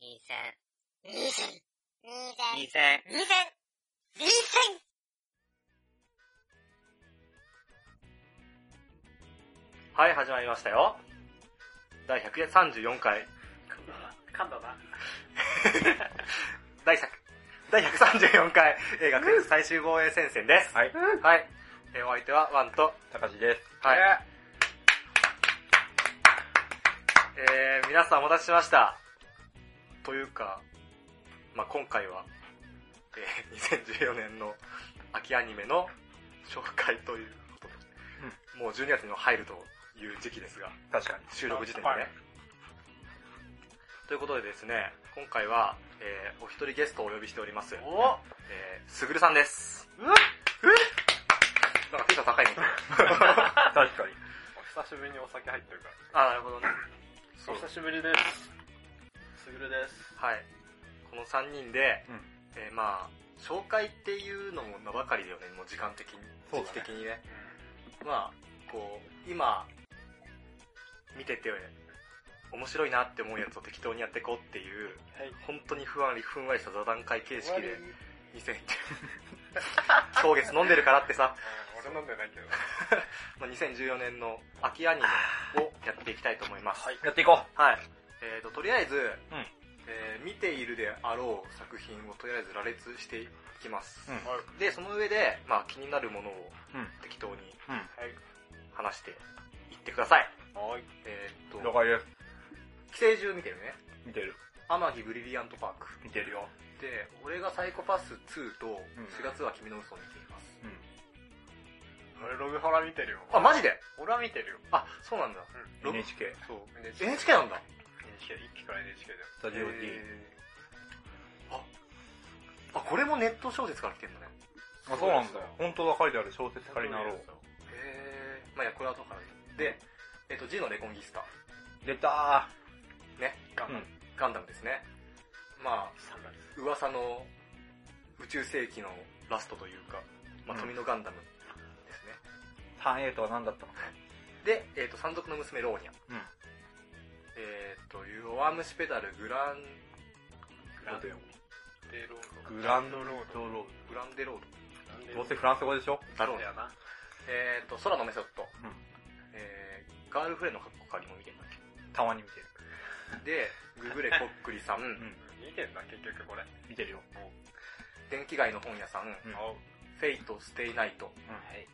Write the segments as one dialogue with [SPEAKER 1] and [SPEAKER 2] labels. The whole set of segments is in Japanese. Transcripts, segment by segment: [SPEAKER 1] 二千。
[SPEAKER 2] 二千。二千。
[SPEAKER 1] 二千。
[SPEAKER 2] 二千。二千。
[SPEAKER 3] はい、始まりましたよ。第134回、
[SPEAKER 1] カンバが。
[SPEAKER 3] 第100第134回、映画クイズ最終防衛戦線です。
[SPEAKER 4] はい、
[SPEAKER 3] はい。えーお相手は、ワンと、
[SPEAKER 4] 高橋です。
[SPEAKER 3] はい。
[SPEAKER 1] え
[SPEAKER 3] えー、皆さんお待たせしました。というか、まあ、今回は、えー、2014年の秋アニメの紹介ということで、もう12月にも入るという時期ですが、
[SPEAKER 4] 確かに。
[SPEAKER 3] 収録時点で
[SPEAKER 4] は
[SPEAKER 3] ね
[SPEAKER 4] い。
[SPEAKER 3] ということでですね、今回は、えー、お一人ゲストをお呼びしております。
[SPEAKER 1] お
[SPEAKER 3] えー、すぐるさんです。
[SPEAKER 1] う
[SPEAKER 3] なんかテンション高いね。
[SPEAKER 4] 確かに。
[SPEAKER 5] お久しぶりにお酒入ってるから。
[SPEAKER 3] あ、なるほどね。
[SPEAKER 4] そ
[SPEAKER 5] お
[SPEAKER 4] う。
[SPEAKER 5] 久しぶりです。すぐるです。
[SPEAKER 3] はい。この3人で、
[SPEAKER 4] うん
[SPEAKER 3] えーまあ、紹介っていうのも名ばかりだよね、もう時間的に。
[SPEAKER 4] そうだ
[SPEAKER 3] 時
[SPEAKER 4] ね
[SPEAKER 3] 期的にね。まあ、こう、今、見てて、面白いなって思うやつを適当にやっていこうっていう、
[SPEAKER 5] はい
[SPEAKER 3] 本当にふわりふんわりした座談会形式
[SPEAKER 5] 終わ
[SPEAKER 3] で
[SPEAKER 5] り
[SPEAKER 3] 2000今月飲んでるからってさ、
[SPEAKER 5] うん俺飲んでないけど。
[SPEAKER 3] まあ2014年の秋アニメをやっていきたいと思います。はい。
[SPEAKER 4] やっていこ
[SPEAKER 3] えっ、と、とりあえず、
[SPEAKER 4] ん
[SPEAKER 3] えー見ているであろう作品をとりあえず羅列していきます。
[SPEAKER 4] うん
[SPEAKER 3] で、その上で、まあ気になるものを
[SPEAKER 4] うん
[SPEAKER 3] 適当に
[SPEAKER 4] う。うん。
[SPEAKER 3] 話していってください。
[SPEAKER 5] はい。
[SPEAKER 3] えっ、
[SPEAKER 4] 了
[SPEAKER 3] と、
[SPEAKER 4] 解です。
[SPEAKER 3] 寄生獣見てるね。
[SPEAKER 4] 見てる。
[SPEAKER 3] 天城ブリリアントパーク。
[SPEAKER 4] 見てるよ。
[SPEAKER 3] で、俺がサイコパス2と
[SPEAKER 4] ん
[SPEAKER 3] 4月は君の嘘を見ています。
[SPEAKER 4] うん。
[SPEAKER 5] 俺ログハラ見てるよ。
[SPEAKER 3] あ、マジで
[SPEAKER 5] 俺は見てるよ。
[SPEAKER 3] あ、そうなんだ。ログ
[SPEAKER 4] NHK、
[SPEAKER 3] そう。
[SPEAKER 5] NHK。
[SPEAKER 3] NHK なんだ。
[SPEAKER 5] NHK、一期から NHK だよ。
[SPEAKER 4] スタジオ D。
[SPEAKER 3] えーあ、あ、これもネット小説から来てるのね。
[SPEAKER 4] あ、そうなんだ。本当は書いてある小説家になろう。
[SPEAKER 3] へえ。まあ、いや、これは後からで。で、えっと、G のレコンギスタ。
[SPEAKER 4] 出た
[SPEAKER 3] ね。ガンダム。ガンダムですね。まあ、
[SPEAKER 5] 3月。
[SPEAKER 3] 噂の宇宙世紀のラストというか、まあ、
[SPEAKER 4] うん
[SPEAKER 3] 富のガンダムですね。
[SPEAKER 4] ー。ターン8は何だったの
[SPEAKER 3] で、えっと、山賊の娘ローニャ。
[SPEAKER 4] うん。
[SPEAKER 3] えっと、弱虫ペダルグラン、グラン
[SPEAKER 4] ロデオ
[SPEAKER 5] デロー
[SPEAKER 4] グランドロードロ
[SPEAKER 3] グランデロード。
[SPEAKER 5] ド。
[SPEAKER 4] どうせフランス語でしょ
[SPEAKER 3] だろう
[SPEAKER 5] だ
[SPEAKER 3] ね
[SPEAKER 5] よ。な。
[SPEAKER 3] えっと、空のメソッド。
[SPEAKER 4] うん
[SPEAKER 3] えー、ガールフレンのカッコカリも見てんだっけ
[SPEAKER 4] たまに見てる。
[SPEAKER 3] で、ググレコックリさん、
[SPEAKER 4] うん。
[SPEAKER 5] 見てんだ、結局これ。
[SPEAKER 4] 見てるよ。
[SPEAKER 3] 電気街の本屋さん、
[SPEAKER 4] うん。
[SPEAKER 5] あ
[SPEAKER 3] フェイト、ステイナイト。
[SPEAKER 1] はい。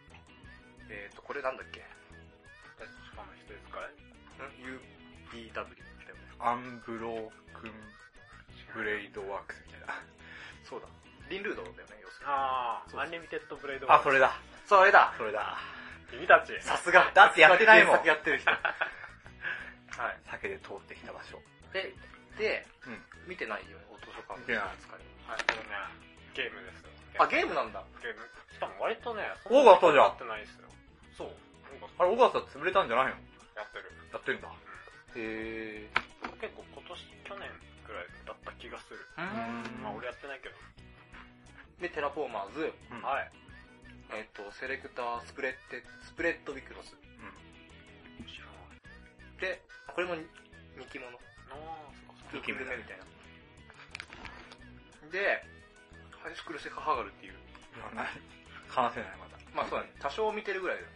[SPEAKER 3] えっ、ー、と、これなんだっけん
[SPEAKER 5] 私しかも一人ですから。
[SPEAKER 3] ?UBW だよね。
[SPEAKER 4] アンブロークンブレイドワークスみたいな。
[SPEAKER 3] そうだ。リンルードだよね、要するに。
[SPEAKER 5] あ
[SPEAKER 3] そう
[SPEAKER 5] ー、アンリミテッドブレイド
[SPEAKER 4] あ、それだ。
[SPEAKER 3] それだ
[SPEAKER 4] それだ。
[SPEAKER 5] 君たち。
[SPEAKER 3] さすが
[SPEAKER 4] だってやってないも
[SPEAKER 3] さ
[SPEAKER 4] ん
[SPEAKER 3] すが原作やってる人。はい。
[SPEAKER 4] 酒で通ってきた場所。
[SPEAKER 3] で、で、
[SPEAKER 4] うん
[SPEAKER 3] 見てないよね、お図書館
[SPEAKER 4] 見てない
[SPEAKER 3] 使え
[SPEAKER 5] あ、でもね、ゲームですよ。
[SPEAKER 3] あ、ゲームなんだ。
[SPEAKER 5] ゲーム。しかも割とね、
[SPEAKER 4] オーガストじゃん
[SPEAKER 5] やってないですよ。そう。オーガス
[SPEAKER 4] あれ、小川さん潰れたんじゃないの
[SPEAKER 5] トやってる。
[SPEAKER 4] やってんだ。
[SPEAKER 3] へ
[SPEAKER 5] 結構今年、去年ぐらいだった気がする。
[SPEAKER 3] ぇー。
[SPEAKER 4] うん
[SPEAKER 5] まあ俺やってないけど。
[SPEAKER 3] で、テラフォーマーズ、
[SPEAKER 4] うん
[SPEAKER 5] はい。
[SPEAKER 3] えっ、と、セレクター、スプレッテ、スプレッドビクロス。で、これも人気者。
[SPEAKER 5] ああ、そっかそ
[SPEAKER 3] イ
[SPEAKER 5] っか。
[SPEAKER 3] ケメンみたいな。で、ハイスクールセカハガルっていう。
[SPEAKER 4] 言わない。話せない、まだ。
[SPEAKER 3] まあそうだね。多少見てるぐらいだよ。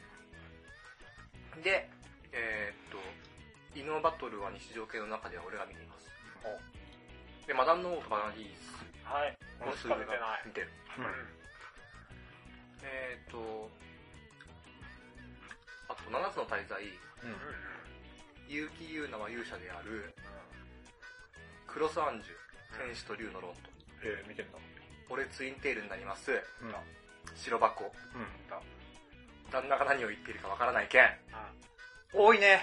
[SPEAKER 3] で、えーっと、犬のバトルは日常系の中では俺が見ています。で、マダムの王とバナリース。
[SPEAKER 5] はい。これしか出てない。
[SPEAKER 3] 見てる。
[SPEAKER 4] うん
[SPEAKER 3] えーっと、あと、7つの大罪、
[SPEAKER 4] うん
[SPEAKER 3] 結城優奈は勇者である、クロスアンジュ、天使と竜の論と、
[SPEAKER 4] えー、見てんだ。
[SPEAKER 3] 俺ツインテールになります、
[SPEAKER 4] うん。うん。
[SPEAKER 3] 白箱、旦那が何を言っているかわからないけん。
[SPEAKER 4] 多いね。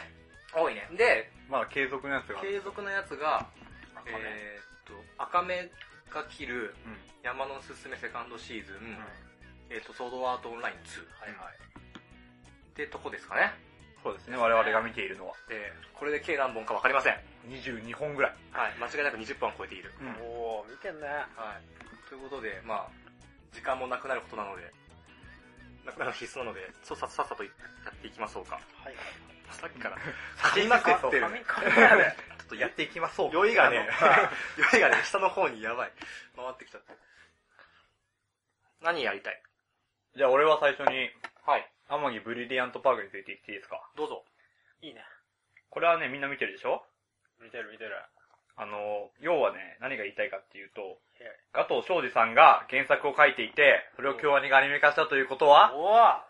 [SPEAKER 3] 多いね。で、
[SPEAKER 4] まだ継続のやつがある。
[SPEAKER 3] 継続のやつが、
[SPEAKER 5] えー
[SPEAKER 3] えーっと、赤目が切る
[SPEAKER 4] うん。
[SPEAKER 3] 山のすすめセカンドシーズン、
[SPEAKER 4] うん。
[SPEAKER 3] えーっと、ソードアートオンライン2。
[SPEAKER 5] はいはい。
[SPEAKER 3] ってとこですかね。
[SPEAKER 4] そうですね、我々が見ているのは。
[SPEAKER 3] で、これで計何本かわかりません。
[SPEAKER 4] 22本ぐらい。
[SPEAKER 3] はい。間違いなく20本は超えている。
[SPEAKER 4] うん
[SPEAKER 5] おー、見てんね。
[SPEAKER 3] はい。ということで、まあ、時間もなくなることなので、なくなる必須なので、そうさっさっさとやっていきましょうか。
[SPEAKER 5] はい。
[SPEAKER 3] さっきから、先になってってる。
[SPEAKER 5] 髪髪やで。
[SPEAKER 3] とや
[SPEAKER 4] ていきましょ
[SPEAKER 3] 酔いがね
[SPEAKER 4] あのはい、
[SPEAKER 3] 酔いがね、下の方にやばい。回ってきちゃった。何やりたい
[SPEAKER 4] じゃあ俺は最初に、
[SPEAKER 3] はい。
[SPEAKER 4] 天城ブリリアントパークについて言っていいですか
[SPEAKER 3] どうぞ。
[SPEAKER 5] いいね。
[SPEAKER 4] これはね、みんな見てるでしょ
[SPEAKER 5] 見てる見てる。
[SPEAKER 4] あの、要はね、何が言いたいかっていうと、
[SPEAKER 5] いや
[SPEAKER 4] 加藤昌司さんが原作を書いていて、それを京アニがアニメ化したということは、
[SPEAKER 5] おぉ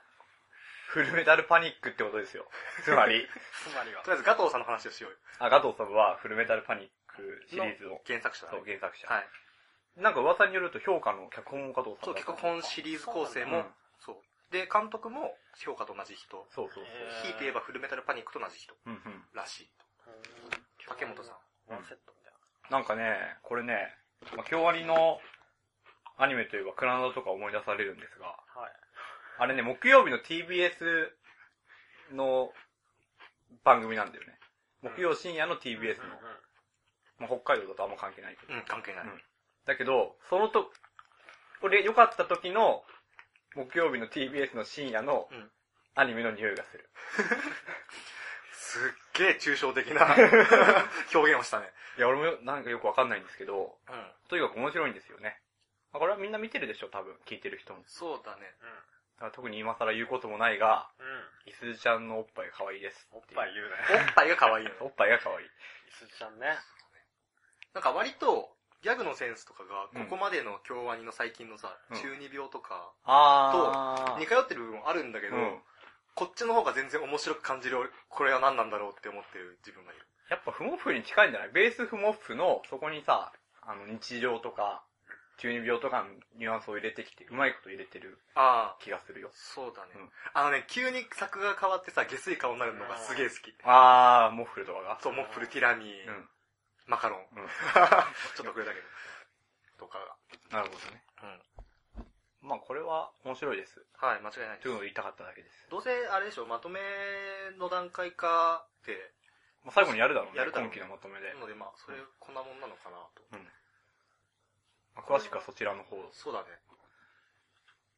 [SPEAKER 4] フルメタルパニックってことですよ。つま り、
[SPEAKER 5] つまりは
[SPEAKER 3] と。りあえず、ガトーさんの話をしようよ。
[SPEAKER 4] あ加藤さんはフルメタルパニックシリーズの、
[SPEAKER 3] 原作者だ
[SPEAKER 4] そ
[SPEAKER 3] ね
[SPEAKER 4] う、原作者。
[SPEAKER 3] はい。
[SPEAKER 4] なんか噂によると評価の脚本も加藤さん
[SPEAKER 3] そう、
[SPEAKER 4] だっ
[SPEAKER 3] 結
[SPEAKER 4] た
[SPEAKER 3] 局本シリーズ構成
[SPEAKER 4] う
[SPEAKER 3] も
[SPEAKER 4] ん、
[SPEAKER 3] そう。で、監督も評価と同じ人。
[SPEAKER 4] そうそうそう。
[SPEAKER 5] へー
[SPEAKER 3] ひいて言えばフルメタルパニックと同じ人
[SPEAKER 4] うんうん。
[SPEAKER 3] らしい。竹本さん。
[SPEAKER 4] うん
[SPEAKER 5] ワンセットみたい
[SPEAKER 4] なんかね、これね、まあ、京アニのアニメといえばクラナドとか思い出されるんですが、
[SPEAKER 5] な。はい。
[SPEAKER 4] あれね、木曜日の TBS の番組なんだよね。木曜深夜の TBS の、
[SPEAKER 5] うんうん
[SPEAKER 4] まあ、北海道だとあんま関係ないけど。
[SPEAKER 3] うん、関係ない。
[SPEAKER 4] うんだけど、そのと、これ良かった時の、木曜日の TBS の深夜の
[SPEAKER 3] うん
[SPEAKER 4] アニメの匂いがする。
[SPEAKER 3] すっげえ抽象的 な表現をしたね。
[SPEAKER 4] いや、俺もなんかよくわかんないんですけど、
[SPEAKER 3] うん。
[SPEAKER 4] とにかく面白いんですよね。まあ、これはみんな見てるでしょ、多分。聞いてる人も。
[SPEAKER 3] そうだね。
[SPEAKER 4] だから特に今更言うこともないが、
[SPEAKER 5] うん。うん。
[SPEAKER 4] イスちゃんのおっぱい可愛いです
[SPEAKER 5] おって
[SPEAKER 4] いう。
[SPEAKER 5] ぱい言うね。
[SPEAKER 3] おっぱいが可愛いよね。
[SPEAKER 4] おっぱいが可愛い。
[SPEAKER 5] いすちゃんね。
[SPEAKER 3] なんか割と、ギャグのセンスとか
[SPEAKER 4] うん
[SPEAKER 3] が、ここまでの京アニの最近のさ、
[SPEAKER 4] うん
[SPEAKER 3] 中二病とか、
[SPEAKER 4] あ
[SPEAKER 3] 似通ってる部分もあるんだけど、
[SPEAKER 4] うん。
[SPEAKER 3] こっちの方が全然面白く感じる、これは何なんだろうって思ってる自分がいる。
[SPEAKER 4] やっぱフモフに近いんじゃないベースフモフの、そこにさ、あの、日常とか、中二病とかのニュアンスを入れてきて、うまいこと入れてる
[SPEAKER 3] ああ、
[SPEAKER 4] 気がするよ。
[SPEAKER 3] そうだね、
[SPEAKER 4] うん
[SPEAKER 3] あのね、急に作が変わってさ、下水顔になるのがすげえ好き。
[SPEAKER 4] あー、モッフルとかが。
[SPEAKER 3] そう、モップル、ティラミー、
[SPEAKER 4] うん。
[SPEAKER 3] マカロン。
[SPEAKER 4] うん
[SPEAKER 3] ちょっとくれたけど。とか
[SPEAKER 4] なるほどね。
[SPEAKER 3] が。うん。
[SPEAKER 4] まあこれは面白いです。
[SPEAKER 3] はい、間違いないで
[SPEAKER 4] というのを
[SPEAKER 3] す。
[SPEAKER 4] 言いたかっただけです。
[SPEAKER 3] どうせ、あれでしょ、まとめの段階かって、
[SPEAKER 4] まあ最後にやるだろうね。
[SPEAKER 3] やるだろうね
[SPEAKER 4] 今期のまとめで
[SPEAKER 3] な。のでまあ、それ、こんなもんなのかなと。
[SPEAKER 4] まあ詳しくはそちらの方。
[SPEAKER 3] そうだね。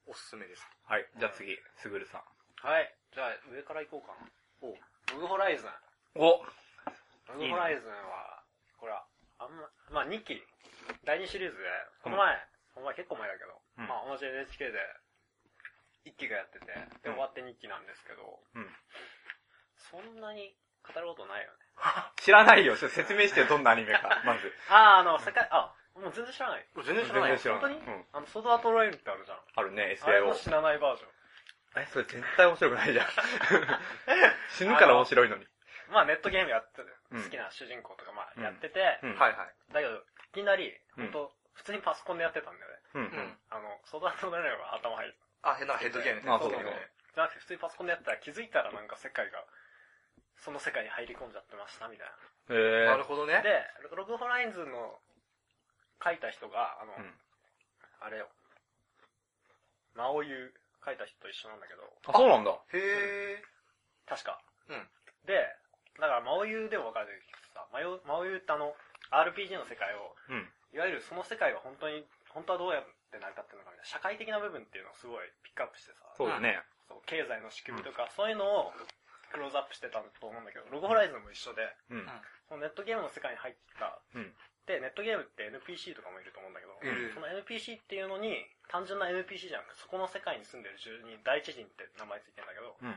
[SPEAKER 3] おすすめです。
[SPEAKER 4] はい。じゃあ次、すぐるさん。
[SPEAKER 5] はい。じゃあ、上から行こうかな。
[SPEAKER 3] おう
[SPEAKER 5] ログホライズン。
[SPEAKER 4] お
[SPEAKER 5] ログホライズンは、これは、あんま、まあ2期、第2シリーズで、この前、この前結構前だけど、
[SPEAKER 4] うん
[SPEAKER 5] まあ同じ NHK で、1期がやってて、で
[SPEAKER 4] う
[SPEAKER 5] 終
[SPEAKER 4] ん
[SPEAKER 5] わって2期なんですけど、
[SPEAKER 4] うん。
[SPEAKER 5] そんなに語ることないよね。
[SPEAKER 4] 知らないよ。ちょっと説明してよ、どんなアニメ か。まず。
[SPEAKER 5] あー、あの、世界、あ、もう全然知らない。
[SPEAKER 3] 全然知ら
[SPEAKER 4] 全
[SPEAKER 3] ない
[SPEAKER 4] 然。知らな
[SPEAKER 5] 本
[SPEAKER 4] い。
[SPEAKER 5] 当に
[SPEAKER 4] うん。
[SPEAKER 5] あの、ソードアートオンラインってあるじゃん。
[SPEAKER 4] あるね、
[SPEAKER 5] あれ
[SPEAKER 4] SAO
[SPEAKER 5] も。知らないバージョン。
[SPEAKER 4] え、それ絶対面白く ないじゃん。死ぬから面白いのに。
[SPEAKER 5] まあネットゲームやってて、
[SPEAKER 4] うん
[SPEAKER 5] 好きな主人公とかま
[SPEAKER 4] う
[SPEAKER 5] あ
[SPEAKER 4] ん
[SPEAKER 5] やってて、
[SPEAKER 4] うん。。
[SPEAKER 3] はいいはい。
[SPEAKER 5] だけど、いきなり、
[SPEAKER 4] うん
[SPEAKER 5] 本当、普通にパソコンでやってたんだよね。
[SPEAKER 4] う
[SPEAKER 3] うん
[SPEAKER 4] んう
[SPEAKER 3] ん。。
[SPEAKER 5] あの、ソードアートオンラインは頭入る。
[SPEAKER 3] あ、変なヘッドゲームね。
[SPEAKER 4] まあそう
[SPEAKER 5] だねじゃなくて普通にパソコンでやってたら気づいたらなんか世界が、その世界に入り込んじゃってましたみたい
[SPEAKER 4] へ
[SPEAKER 3] なる
[SPEAKER 4] ー
[SPEAKER 3] ほど
[SPEAKER 5] な。
[SPEAKER 3] ね。
[SPEAKER 5] で、ログホラインズの書いた人が、あの、
[SPEAKER 4] うん
[SPEAKER 5] あれを、魔王優書いた人と一緒なんだけど、
[SPEAKER 4] あ、そうなんだ。
[SPEAKER 3] へえ。
[SPEAKER 5] 確か。
[SPEAKER 3] うん
[SPEAKER 5] で、だから、魔王優でも分かるけどさ、魔王魔王優ってあの、RPG の世界を、
[SPEAKER 4] うん。
[SPEAKER 5] いわゆるその世界が本当に、本当はどうやって成り立ってるのかみたいな、社会的な部分っていうのをすごいピックアップしてさ、
[SPEAKER 4] そうだね。
[SPEAKER 5] そう経済の仕組みとか、そういうのをクローズアップしてたと思うんだけど、ロゴホライズンも一緒で、
[SPEAKER 4] うん。
[SPEAKER 5] そのネットゲームの世界に入った、
[SPEAKER 4] うん
[SPEAKER 5] で、ネットゲームって NPC とかもいると思うんだけど、
[SPEAKER 3] いる
[SPEAKER 5] その NPC っていうのに、単純な NPC じゃなくて、そこの世界に住んでる住人、第一人って名前ついてんだけど、
[SPEAKER 4] うん。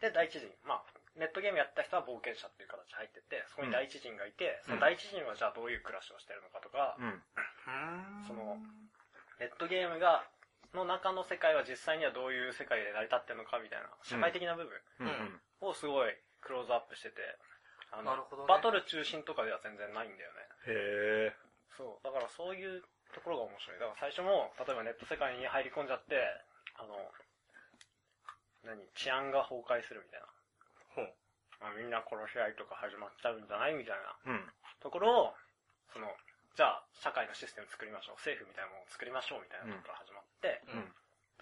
[SPEAKER 5] で、第一人。まあ、ネットゲームやった人は冒険者っていう形で入ってて、そこに第一人がいて、そ
[SPEAKER 4] うん
[SPEAKER 5] の第一人はじゃあどういう暮らしをしてるのかとか、
[SPEAKER 4] うん。
[SPEAKER 3] うん
[SPEAKER 5] その、ネットゲームが、の中の世界は実際にはどういう世界で成り立ってるのかみたいな、社会的な部分
[SPEAKER 4] うん。うん
[SPEAKER 5] をすごいクローズアップしてて、あの
[SPEAKER 3] なるほどね
[SPEAKER 5] バトル中心とかでは全然ないんだよね。
[SPEAKER 4] へー
[SPEAKER 5] そう、だからそういうところが面白い。だから最初も、例えばネット世界に入り込んじゃって、あの、何、治安が崩壊するみたいな。
[SPEAKER 3] ほう
[SPEAKER 5] まあ、みんな殺し合いとか始まっちゃうんじゃないみたいな
[SPEAKER 4] うん。
[SPEAKER 5] ところを、その、じゃあ、社会のシステム作りましょう。政府みたいなものを作りましょうみたいなところから始まって、
[SPEAKER 3] うん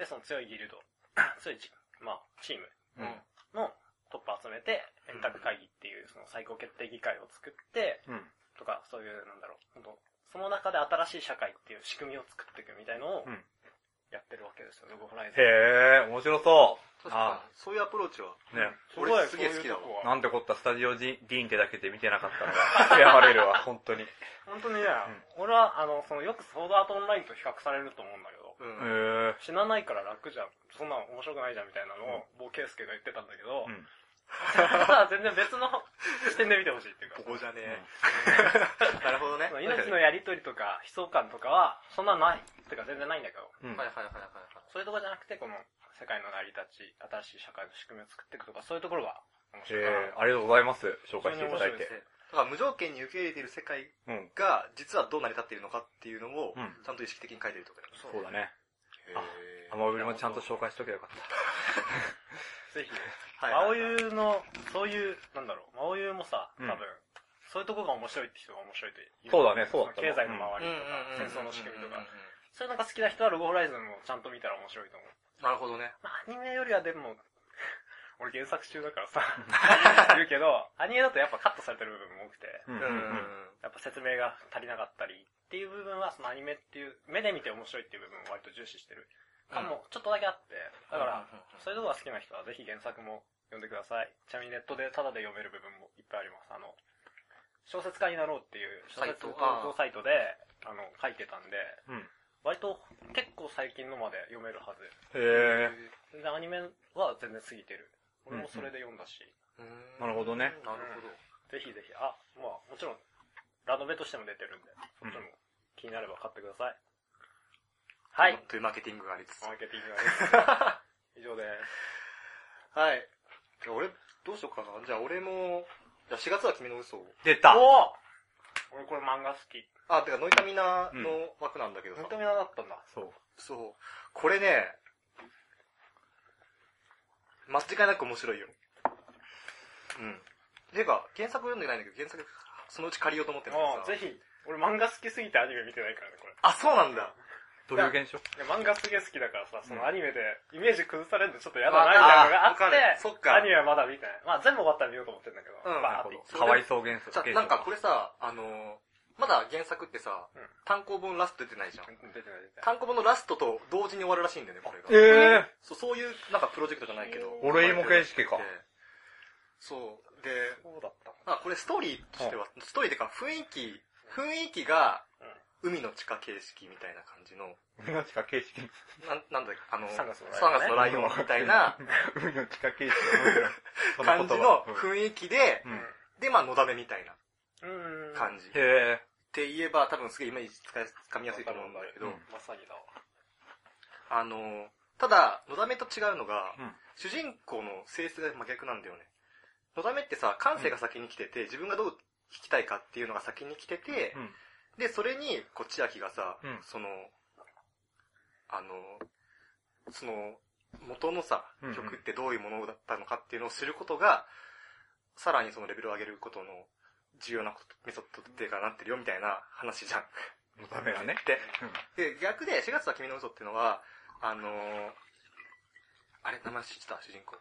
[SPEAKER 5] で、その強いギルド、 強いチ、まあ、チーム
[SPEAKER 4] うん。
[SPEAKER 5] のトップ集めて、円卓会議っていうその最高決定議会を作って、
[SPEAKER 4] うん。
[SPEAKER 5] とか、そういう、なんだろう、本当その中で新しい社会っていう仕組みを作っていくみたいのを
[SPEAKER 4] うん、
[SPEAKER 5] やってるわけですよ、ロゴホライズン。
[SPEAKER 4] へー面白そ
[SPEAKER 3] 確かに。そういうアプローチは。
[SPEAKER 4] ね。
[SPEAKER 5] すごい、
[SPEAKER 3] 俺す
[SPEAKER 5] そう
[SPEAKER 3] げえ好
[SPEAKER 5] い
[SPEAKER 3] き
[SPEAKER 5] う
[SPEAKER 3] だ
[SPEAKER 5] と
[SPEAKER 3] わ
[SPEAKER 5] こは。
[SPEAKER 4] なんてこった、スタジオジディーンってだけで見てなかったのが、謝れるわ、本当に。へ
[SPEAKER 5] 本当にね、俺は、あの、その、よくソードアートオンラインと比較されると思うんだけど、
[SPEAKER 3] うん。
[SPEAKER 4] え。
[SPEAKER 5] 死なないから楽じゃん。そんなの面白くないじゃんみたいなのを、某ケイスケが言ってたんだけど、
[SPEAKER 4] うん
[SPEAKER 5] 全然別の視点で見てほしいっていうか
[SPEAKER 3] こ。こじゃねえ。なるほどね。
[SPEAKER 5] その
[SPEAKER 3] はい
[SPEAKER 5] 命のやりとりとか、悲壮感とかは、そんなない。ってか全然ないんだけど、
[SPEAKER 4] うん。
[SPEAKER 3] はいはいはいはい
[SPEAKER 5] そういうとこじゃなくて、この、世界の成り立ち、新しい社会の仕組みを作っていくとか、そういうところが面
[SPEAKER 4] え
[SPEAKER 5] 白いかな。
[SPEAKER 4] ーありがとうございます。紹介していただい
[SPEAKER 5] 面白いで
[SPEAKER 4] て
[SPEAKER 5] す。
[SPEAKER 3] はい。だから無条件に受け入れている世界
[SPEAKER 4] うん。
[SPEAKER 3] が、実はどう成り立っているのかっていうのを
[SPEAKER 4] うん、
[SPEAKER 3] ちゃんと意識的に書いてるってことだよね。
[SPEAKER 4] そうだね。あ
[SPEAKER 3] へー
[SPEAKER 4] アマブリもちゃんと紹介しとけばよかった。
[SPEAKER 5] ぜひ、
[SPEAKER 3] はい
[SPEAKER 5] 青
[SPEAKER 3] はいはい
[SPEAKER 5] 湯の、そういう、なんだろう、青湯もさ、多
[SPEAKER 4] うん
[SPEAKER 5] 分、そういうとこが面白いって人が面白いという。
[SPEAKER 4] そうだねそうだった
[SPEAKER 5] 経
[SPEAKER 4] ね
[SPEAKER 5] 済の周
[SPEAKER 3] う
[SPEAKER 5] りと
[SPEAKER 3] んうんうん
[SPEAKER 5] か、戦争の仕組みと
[SPEAKER 3] うんう
[SPEAKER 5] か
[SPEAKER 3] ん。う
[SPEAKER 5] そういうのが好きな人はロゴホライズンもちゃんと見たら面白いと思
[SPEAKER 3] ん
[SPEAKER 5] う。
[SPEAKER 3] なるほどね。
[SPEAKER 5] まあ、アニメよりはでも、 俺原作中だから さ、言うけど、アニメだとやっぱカットされてる部分も多くて、
[SPEAKER 4] う
[SPEAKER 3] うんん
[SPEAKER 4] うんうん。
[SPEAKER 5] やっぱ説明が足りなかったりっていう部分は、そのアニメっていう、目で見て面白いっていう部分を割と重視してる。かも、ちょっとだけあって、だから、そういうとこが好きな人はぜひ原作も読んでください。ちなみにネットでタダで読める部分もいっぱいあります。あの、小説家になろうっていう小説投稿サイトで、あの、書いてたんで、
[SPEAKER 4] うん。
[SPEAKER 5] 割と結構最近のまで読めるはず。
[SPEAKER 4] へえ。
[SPEAKER 5] 全然アニメは全然過ぎてる。俺もそれで読んだし、
[SPEAKER 3] うん
[SPEAKER 4] なるほどね
[SPEAKER 3] なるほど。
[SPEAKER 5] ぜひぜひ、あ、まあもちろん、ラノベとしても出てるんで、そっちも気になれば買ってください。はい。
[SPEAKER 3] というマーケティングがありつつ。
[SPEAKER 5] マ
[SPEAKER 3] はい。
[SPEAKER 5] ーケティングが です。以上です。
[SPEAKER 3] じゃあ俺、どうしようかな。じゃあ俺も、じゃあ4月は君の嘘を。
[SPEAKER 4] 出た
[SPEAKER 5] おー俺これ漫画好き。
[SPEAKER 3] あ、てか、ノイタミナの枠なんだけどさ。
[SPEAKER 5] 認めなかったんだ。
[SPEAKER 4] そう。
[SPEAKER 3] そう。これね、間違いなく面白いよ。うん。ていうか、原作読んでないんだけど、原作、そのうち借りようと思ってるんだ
[SPEAKER 5] ああ、
[SPEAKER 3] けどさ。
[SPEAKER 5] ぜひ。俺漫画好きすぎてアニメ見てないからね、これ。
[SPEAKER 3] あ、そうなんだ。
[SPEAKER 4] どういう現象
[SPEAKER 5] いや漫画すげえ好きだからさ、そのアニメで、イメージ崩されるのちょっと嫌だ
[SPEAKER 3] わ
[SPEAKER 5] な、
[SPEAKER 3] か
[SPEAKER 5] み
[SPEAKER 3] る
[SPEAKER 5] たいなのがあっ
[SPEAKER 3] わかる
[SPEAKER 5] て、
[SPEAKER 3] そっか
[SPEAKER 5] アニメはまだ見てない。まあ全部終わったら見ようと思ってんだけど、
[SPEAKER 3] うん
[SPEAKER 5] バー
[SPEAKER 4] な
[SPEAKER 5] って
[SPEAKER 4] る
[SPEAKER 5] 一
[SPEAKER 4] ほど。かわいそう現象
[SPEAKER 3] じゃ。あなんかこれさ、あのーまだ原作ってさ、
[SPEAKER 5] うん
[SPEAKER 3] 単行本ラスト出てないじゃん。
[SPEAKER 5] 気出てない出てない。
[SPEAKER 3] 単行本のラストと同時に終わるらしいんだよね、これが。
[SPEAKER 4] え
[SPEAKER 3] そうそういう、なんかプロジェクトじゃないけど。
[SPEAKER 4] お礼も形式か
[SPEAKER 3] でそう。で、
[SPEAKER 5] そうだった。
[SPEAKER 3] まあこれストーリーとしては、ストーリーでか雰囲気、雰囲気が海の地下形式みたいな感じの、
[SPEAKER 4] ー海の地下形式。
[SPEAKER 3] なんなんだっけあの、
[SPEAKER 5] 三月のライオンね
[SPEAKER 3] 三月のライオンみたい な
[SPEAKER 4] 海の地下形式面白い。そ
[SPEAKER 3] 感じの
[SPEAKER 4] 言葉
[SPEAKER 3] 雰囲気で、
[SPEAKER 4] うん。うん
[SPEAKER 3] で、まあ、のだめみたいな
[SPEAKER 5] うん。
[SPEAKER 3] 感じ。っ
[SPEAKER 4] へえ。
[SPEAKER 3] て言えば、多分すげえイメージつかつかみやすいと思うんだけど、
[SPEAKER 4] うん
[SPEAKER 5] まさにだわ。
[SPEAKER 3] あの、ただ、のだめと違うのが、
[SPEAKER 4] うん
[SPEAKER 3] 主人公の性質が真逆なんだよね。のだめってさ、感性が先に来てて、自分がどう弾きたいかっていうのが先に来てて、
[SPEAKER 4] うん
[SPEAKER 3] で、それに、こう、千秋がさ、
[SPEAKER 4] うん
[SPEAKER 3] その、あの、その、元のさ
[SPEAKER 4] うんう、ん
[SPEAKER 3] 曲ってどういうものだったのかっていうのを知ることが、さらにそのレベルを上げることの重要なことメソッドっていうかなってるよみたいな話じゃん。
[SPEAKER 4] のためがね。
[SPEAKER 3] で、
[SPEAKER 4] うん
[SPEAKER 3] で、逆で、4月は君の嘘っていうのは、あのー、あれ、名前知ってた主人公。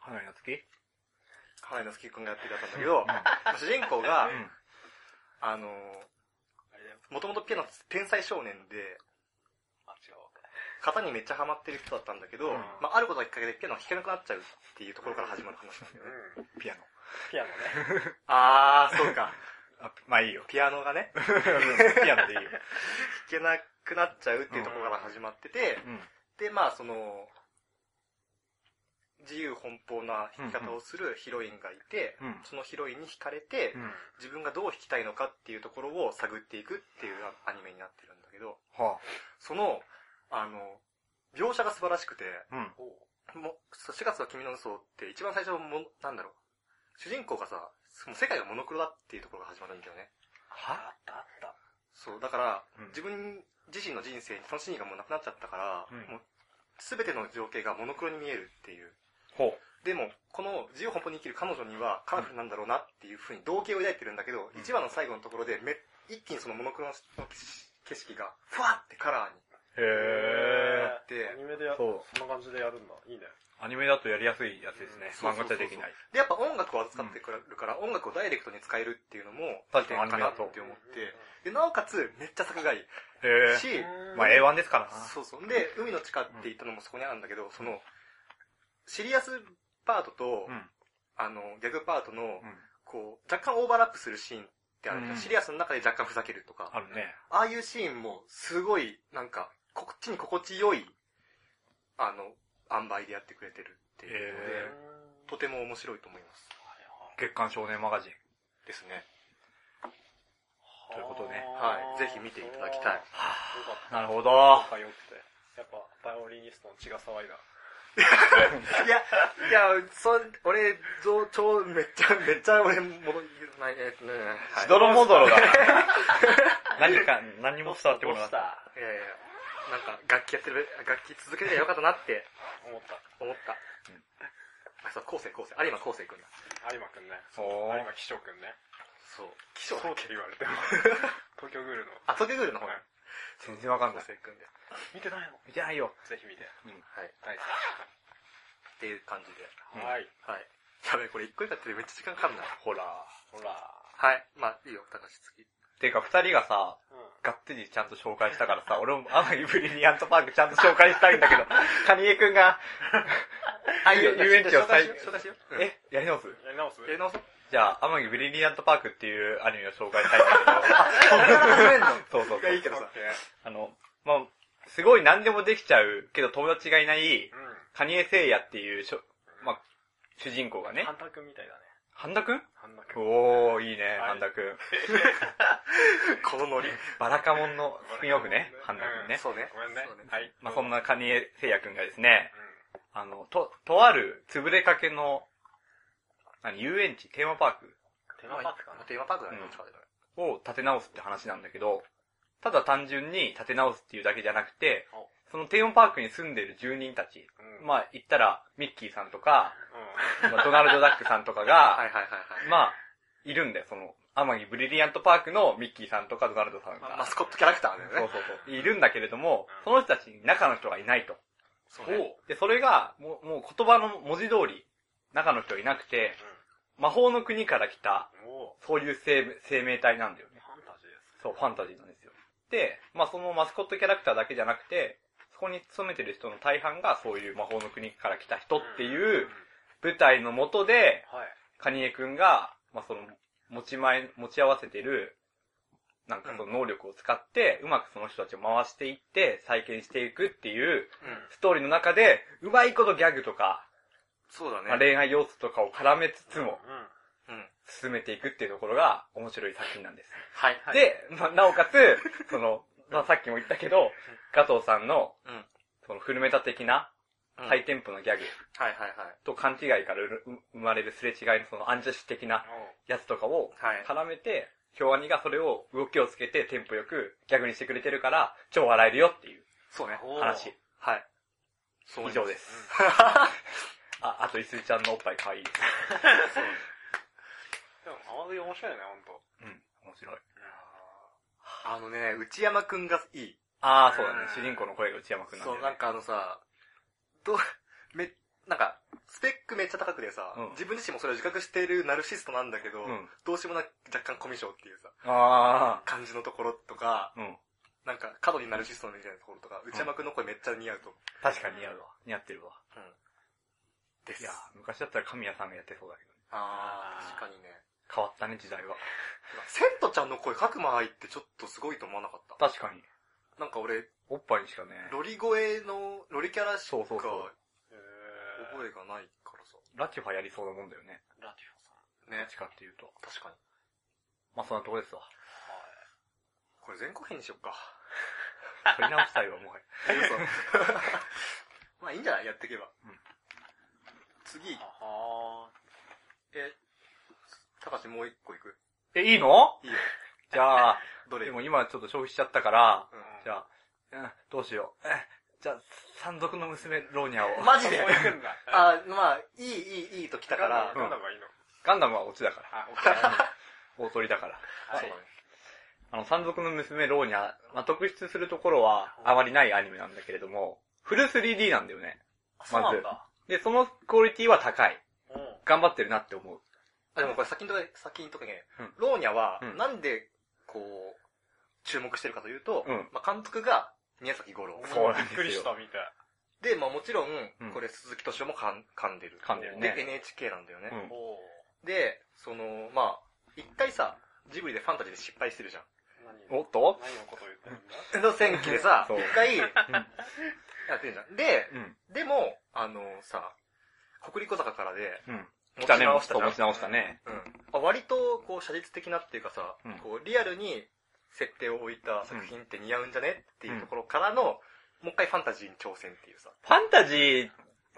[SPEAKER 4] 花火の月
[SPEAKER 3] ハワイのスキー君がやってたんだけど、まあ主人公が、
[SPEAKER 4] う
[SPEAKER 3] あのー、もともとピアノ天才少年で、
[SPEAKER 5] あ、違うわ。
[SPEAKER 3] 型にめっちゃハマってる人だったんだけど、
[SPEAKER 4] うん
[SPEAKER 3] まあ、あることがきっかけでピアノが弾けなくなっちゃうっていうところから始まる話なんだよね。
[SPEAKER 5] うん。
[SPEAKER 4] ん。ピアノ。
[SPEAKER 5] ピ アノね。
[SPEAKER 3] あー、そうか。
[SPEAKER 4] あ、まあいいよ。
[SPEAKER 3] ピアノがね、弾
[SPEAKER 4] ピアノでいいよ。
[SPEAKER 3] けなくなっちゃうっていうところから始まってて、
[SPEAKER 4] うん。
[SPEAKER 3] で、まあ、その、自由奔放な弾き方をするヒロインがいて、
[SPEAKER 4] うん
[SPEAKER 3] そのヒロインに惹かれて、
[SPEAKER 4] うん。
[SPEAKER 3] 自分がどう弾きたいのかっていうところを探っていくっていうアニメになってるんだけど、
[SPEAKER 4] は
[SPEAKER 3] その、あの、描写が素晴らしくて、
[SPEAKER 4] あ。うん。
[SPEAKER 5] おう
[SPEAKER 3] もう、4月は君の嘘って一番最初も、なんだろう、主人公がさ、もう世界がモノクロだっていうところが始まるんだよね。
[SPEAKER 4] は
[SPEAKER 5] あったあった。
[SPEAKER 3] そう、だから、
[SPEAKER 4] うん
[SPEAKER 3] 自分自身の人生に楽しみがもうなくなっちゃったから、
[SPEAKER 4] うん
[SPEAKER 3] もう、すべての情景がモノクロに見えるっていう。
[SPEAKER 4] ほう。
[SPEAKER 3] でも、この自由奔放に生きる彼女にはカラフルなんだろうなっていうふうに同型を抱いてるんだけど、
[SPEAKER 4] うん
[SPEAKER 3] 1話の最後のところでめ、一気にそのモノクロの景色が、ふわってカラーに
[SPEAKER 4] へへえ。
[SPEAKER 3] で
[SPEAKER 5] アニメでや
[SPEAKER 4] そう
[SPEAKER 5] そんな感じでやるんだ。いいね。
[SPEAKER 4] アニメだとやりやすいやつですね。
[SPEAKER 3] そう
[SPEAKER 4] 漫
[SPEAKER 3] そうそうそ
[SPEAKER 4] 画じ
[SPEAKER 3] う
[SPEAKER 4] ゃできない。
[SPEAKER 3] で、やっぱ音楽を扱ってくれるから、音楽をダイレクトに使えるっていうのも、
[SPEAKER 4] 確かに
[SPEAKER 3] 利点かな
[SPEAKER 4] アニメだと
[SPEAKER 3] って思って、で、なおかつ、めっちゃ作がいい
[SPEAKER 4] へえ。
[SPEAKER 3] し、
[SPEAKER 5] うん
[SPEAKER 4] まあ A1 ですからな。
[SPEAKER 3] そうそう。で、海の地下って言ったのもそこにあるんだけど、その、シリアスパートと、
[SPEAKER 4] うん。
[SPEAKER 3] あの、ギャグパートの
[SPEAKER 4] う、ん。
[SPEAKER 3] こう、若干オーバーラップするシーンってあるじゃん
[SPEAKER 4] うん
[SPEAKER 3] シリアスの中で若干ふざけると
[SPEAKER 4] あ
[SPEAKER 3] か、
[SPEAKER 4] るね。
[SPEAKER 3] ああいうシーンも、すごい、なんか、こっちに心地よい、あの、塩梅でやってくれてるっていうので、
[SPEAKER 4] へえ
[SPEAKER 3] とても面白いと思います。
[SPEAKER 4] 月刊少年マガジン。
[SPEAKER 3] ですね。
[SPEAKER 4] ということね
[SPEAKER 3] はい。ぜひ見ていただきたい。。
[SPEAKER 5] よかった。
[SPEAKER 4] なるほど。
[SPEAKER 5] なんか良くて。やっぱ、バイオリニストの血が騒いだ。
[SPEAKER 3] いや、いや、そ、俺、増長、めっちゃ、めっちゃ俺、もの、ない、えっとね、はい
[SPEAKER 4] しどろもど ろだ。何か、何も伝わってこなかった。
[SPEAKER 5] た。
[SPEAKER 3] いやいや、なんか、楽器やってる、楽器続けてりゃよかったなって
[SPEAKER 5] 思った。
[SPEAKER 3] 思った
[SPEAKER 4] うん。
[SPEAKER 3] あ、そう、昴生、昴生。有馬昴生くんだ。
[SPEAKER 5] 有馬くんね。
[SPEAKER 4] おー
[SPEAKER 5] 有馬希少くんね。
[SPEAKER 3] そう。
[SPEAKER 5] 希少って言われて も。東京グールの。
[SPEAKER 3] あ、東京グールの方ね。
[SPEAKER 4] 全然わかんな
[SPEAKER 3] 昴
[SPEAKER 4] い。
[SPEAKER 3] 生くんで。
[SPEAKER 5] 見てないの
[SPEAKER 4] 見てないよ。
[SPEAKER 5] ぜひ見て。
[SPEAKER 3] はい。っ
[SPEAKER 5] はい。
[SPEAKER 3] ていう感じで。
[SPEAKER 4] うん
[SPEAKER 5] はい。
[SPEAKER 3] はい。やべえ、これ一個以下ってめっちゃ時間かかるな。
[SPEAKER 4] ほら。
[SPEAKER 5] ほら。
[SPEAKER 3] はい。まあ、いいよ、高橋次。
[SPEAKER 4] ていうか、二人がさ、
[SPEAKER 5] う
[SPEAKER 4] がっつりちゃんと紹介したからさ、俺もアマギブリリアントパークちゃんと紹介したいん だけど、カニエくんが、
[SPEAKER 3] あ、いいよ、
[SPEAKER 4] 遊園地を
[SPEAKER 3] 紹介しよう
[SPEAKER 4] 最
[SPEAKER 3] 紹介しよう。うん、
[SPEAKER 4] え、やり直す
[SPEAKER 5] ん。やり直す
[SPEAKER 3] やり直そう。
[SPEAKER 4] じゃあ、アマギブリリアントパークっていうアニメを紹介したいんだ
[SPEAKER 3] それから始めんの
[SPEAKER 4] け ど、そうそう
[SPEAKER 3] いや、
[SPEAKER 4] そ。
[SPEAKER 3] いいうけどさ。
[SPEAKER 4] あの、まあ、すごい何でもできちゃうけど友達がいない、
[SPEAKER 5] うん。
[SPEAKER 4] カニエ聖夜っていうしょ、まあ、主人公がね
[SPEAKER 5] 半、田くんみたいだね。
[SPEAKER 4] 半田くん
[SPEAKER 5] 半田くん。
[SPEAKER 4] おー、いいね、
[SPEAKER 5] はい
[SPEAKER 4] 半田くん。
[SPEAKER 3] このノリ。
[SPEAKER 4] バラカモンのスピンオフね、半田くんね。
[SPEAKER 3] そうね。
[SPEAKER 5] ごめんね
[SPEAKER 3] そう。
[SPEAKER 5] はい。
[SPEAKER 4] まあ、そんなカニエ聖夜くんがですね、
[SPEAKER 5] うん。
[SPEAKER 4] あの、と、とある潰れかけの、何、遊園地、テーマパー
[SPEAKER 5] テーマパークかな。
[SPEAKER 3] テーマパークだね、
[SPEAKER 4] うん
[SPEAKER 3] どっちかで。
[SPEAKER 4] クを建て直すって話なんだけど、ただ単純に建て直すっていうだけじゃなくて、そのテーマパークに住んでる住人たち、
[SPEAKER 5] うん
[SPEAKER 4] まあ言ったらミッキーさんとか、
[SPEAKER 5] う
[SPEAKER 4] まあドナルド・ダックさんとかが、
[SPEAKER 3] はいはいはいはい。
[SPEAKER 4] まあ、いるんだよ、その、天城ブリリアントパークのミッキーさんとかドナルドさん
[SPEAKER 3] ま
[SPEAKER 4] が。
[SPEAKER 3] あマスコットキャラクターだ
[SPEAKER 4] そ
[SPEAKER 3] よ
[SPEAKER 4] う
[SPEAKER 3] ね。
[SPEAKER 4] そうそう。いるんだけれども、
[SPEAKER 5] うん
[SPEAKER 4] その人たちに中の人がいないと。
[SPEAKER 3] そ
[SPEAKER 5] ん。
[SPEAKER 3] ね。
[SPEAKER 4] で、それが、もう、もう言葉の文字通り、中の人いなくて、魔法の国から来た、
[SPEAKER 5] おお
[SPEAKER 4] そういう生命生命体なんだよね。
[SPEAKER 5] ファンタジーです。
[SPEAKER 4] そう、ファンタジーなんですよ。で、まあそのマスコットキャラクターだけじゃなくて、そこに勤めてる人の大半がそういう魔法の国から来た人っていう舞台の下で、
[SPEAKER 5] はい。
[SPEAKER 4] カニエくんが、まあその、持ち前、持ち合わせてる、なんかその能力を使って、うまくその人たちを回していって、再建していくっていう
[SPEAKER 3] うん。
[SPEAKER 4] ストーリーの中で、うまいことギャグとか、
[SPEAKER 3] そうだね。
[SPEAKER 4] まあ、恋愛要素とかを絡めつつも
[SPEAKER 5] うん。
[SPEAKER 3] うん。
[SPEAKER 4] 進めていくっていうところが面白い作品なんです。
[SPEAKER 3] はい。はい、
[SPEAKER 4] で、まあ、なおかつ、 その、まあ、さっきも言ったけど、ガトーさんの、
[SPEAKER 3] うん
[SPEAKER 4] その古メタ的な
[SPEAKER 3] うん
[SPEAKER 4] ハイテンポのギャグ
[SPEAKER 3] はいはいはい。
[SPEAKER 4] と勘違いからうるう生まれるすれ違いのそのアンジャッシュ的なやつとかを
[SPEAKER 3] はい
[SPEAKER 4] 絡めて、京アニがそれを動きをつけてテンポよくギャグにしてくれてるから、超笑えるよっていう
[SPEAKER 3] そうね。
[SPEAKER 5] お
[SPEAKER 4] 話。
[SPEAKER 3] はい。そう。
[SPEAKER 4] 以上ですす。あ、あと、いすみちゃんのおっぱい可愛いです。
[SPEAKER 5] でも、アマゾン面白いね、ほんと。
[SPEAKER 4] うん、面白い。
[SPEAKER 3] あのね、内山くんがいい。
[SPEAKER 4] ああ、そうだね。主人公の声が内山くんなん
[SPEAKER 3] そ
[SPEAKER 4] だ
[SPEAKER 3] う、
[SPEAKER 4] よ
[SPEAKER 3] な
[SPEAKER 4] ね
[SPEAKER 3] ん。かあのさ、どう、め、なんか、スペックめっちゃ高くてさ、
[SPEAKER 4] うん
[SPEAKER 3] 自分自身もそれを自覚しているナルシストなんだけど、
[SPEAKER 4] うん
[SPEAKER 3] どうしようもなく若干コミュ障っていうさ、
[SPEAKER 4] あ
[SPEAKER 3] 感じのところとか、
[SPEAKER 4] あ、うん。
[SPEAKER 3] なんか過度にナルシストみたいなところとか、内山くんの声めっちゃ似合うと思う。
[SPEAKER 4] 確かに似合うわ。似合ってるわ。
[SPEAKER 3] で
[SPEAKER 4] い
[SPEAKER 3] す。
[SPEAKER 4] やー、昔だったら神谷さんがやってそうだけどね。
[SPEAKER 3] あー、確かにね。
[SPEAKER 4] 変わったね、時代は。
[SPEAKER 3] セントちゃんの声、角間愛ってちょっとすごいと思わなかった。
[SPEAKER 4] 確かに。
[SPEAKER 3] なんか俺、
[SPEAKER 4] おっぱいにしかね、
[SPEAKER 3] ロリ声の、ロリキャラしか
[SPEAKER 4] そう
[SPEAKER 3] 覚
[SPEAKER 4] そうそう
[SPEAKER 5] へ
[SPEAKER 3] え
[SPEAKER 5] え。
[SPEAKER 3] がないからさ。
[SPEAKER 4] ラチュファやりそうなもんだよね。
[SPEAKER 5] ラティファさん。
[SPEAKER 4] ど
[SPEAKER 3] ね
[SPEAKER 4] っち。かっていうと。
[SPEAKER 3] 確かに。
[SPEAKER 4] まあそんなとこですわ。
[SPEAKER 3] これ前後編にしよっか。
[SPEAKER 4] 取り直したいわ、もはや。
[SPEAKER 3] 嘘 まあいいんじゃないやっていけば。
[SPEAKER 4] うん
[SPEAKER 3] 次、
[SPEAKER 5] はは
[SPEAKER 3] え、高橋もう一個いく
[SPEAKER 4] え、いいの
[SPEAKER 3] いいよ。
[SPEAKER 4] じゃあ、
[SPEAKER 3] どれ
[SPEAKER 4] でも今ちょっと消費しちゃったから、
[SPEAKER 3] うん
[SPEAKER 4] じゃあ、うんどうしよう。えじゃあ、山賊の娘ローニャを。
[SPEAKER 3] マジで
[SPEAKER 5] こう行くんだ。
[SPEAKER 3] あ、まあ、いい、いい、いいと来たから
[SPEAKER 5] ガン、ダムガンダムがいいの。
[SPEAKER 4] ガンダムはオチだから。
[SPEAKER 5] あ、OK。
[SPEAKER 4] 大鳥だから。
[SPEAKER 5] はい
[SPEAKER 3] そうだね。
[SPEAKER 4] あの、山賊の娘ローニャ、まあ、特筆するところはあまりないアニメなんだけれども、フル 3D なんだよね。
[SPEAKER 5] あ、そうなんだ。
[SPEAKER 4] で、そのクオリティは高い。
[SPEAKER 5] うん。
[SPEAKER 4] 頑張ってるなって思う。
[SPEAKER 3] あ、でもこれ先にとか、先にとかね
[SPEAKER 4] うん、
[SPEAKER 3] ローニャは
[SPEAKER 4] う、ん
[SPEAKER 3] なんで、こう、注目してるかというと
[SPEAKER 4] うん、
[SPEAKER 3] まあ監督が宮崎五郎。
[SPEAKER 4] そうなんですよ
[SPEAKER 5] びっくりしたみたい。
[SPEAKER 3] で、まあもちろん
[SPEAKER 4] うん、
[SPEAKER 3] これ鈴木敏夫もかん噛んでる。
[SPEAKER 4] 噛んでるね
[SPEAKER 3] で、NHK なんだよね。
[SPEAKER 4] うん。
[SPEAKER 5] おー
[SPEAKER 3] で、その、まあ、一回さ、ジブリでファンタジーで失敗してるじゃん。
[SPEAKER 4] お
[SPEAKER 5] 何
[SPEAKER 4] っと、
[SPEAKER 5] 何のことを言ってるんだ
[SPEAKER 3] 江戸戦記でさ
[SPEAKER 4] そう
[SPEAKER 3] 一回、や
[SPEAKER 4] うん。
[SPEAKER 3] ってるじゃん。で、
[SPEAKER 4] うん。
[SPEAKER 3] でも、あのさ、国立小坂からで、
[SPEAKER 4] うん。
[SPEAKER 3] 持
[SPEAKER 4] だ
[SPEAKER 3] ち
[SPEAKER 4] ね、
[SPEAKER 3] 直したじゃん
[SPEAKER 4] 持ち直したね。
[SPEAKER 3] うんあ割と、こう、写実的なっていうかさ、
[SPEAKER 4] うん
[SPEAKER 3] こう、リアルに設定を置いた作品って似合うんじゃねっていうところからの、もう一回ファンタジーに挑戦っていうさ。
[SPEAKER 4] ファンタジー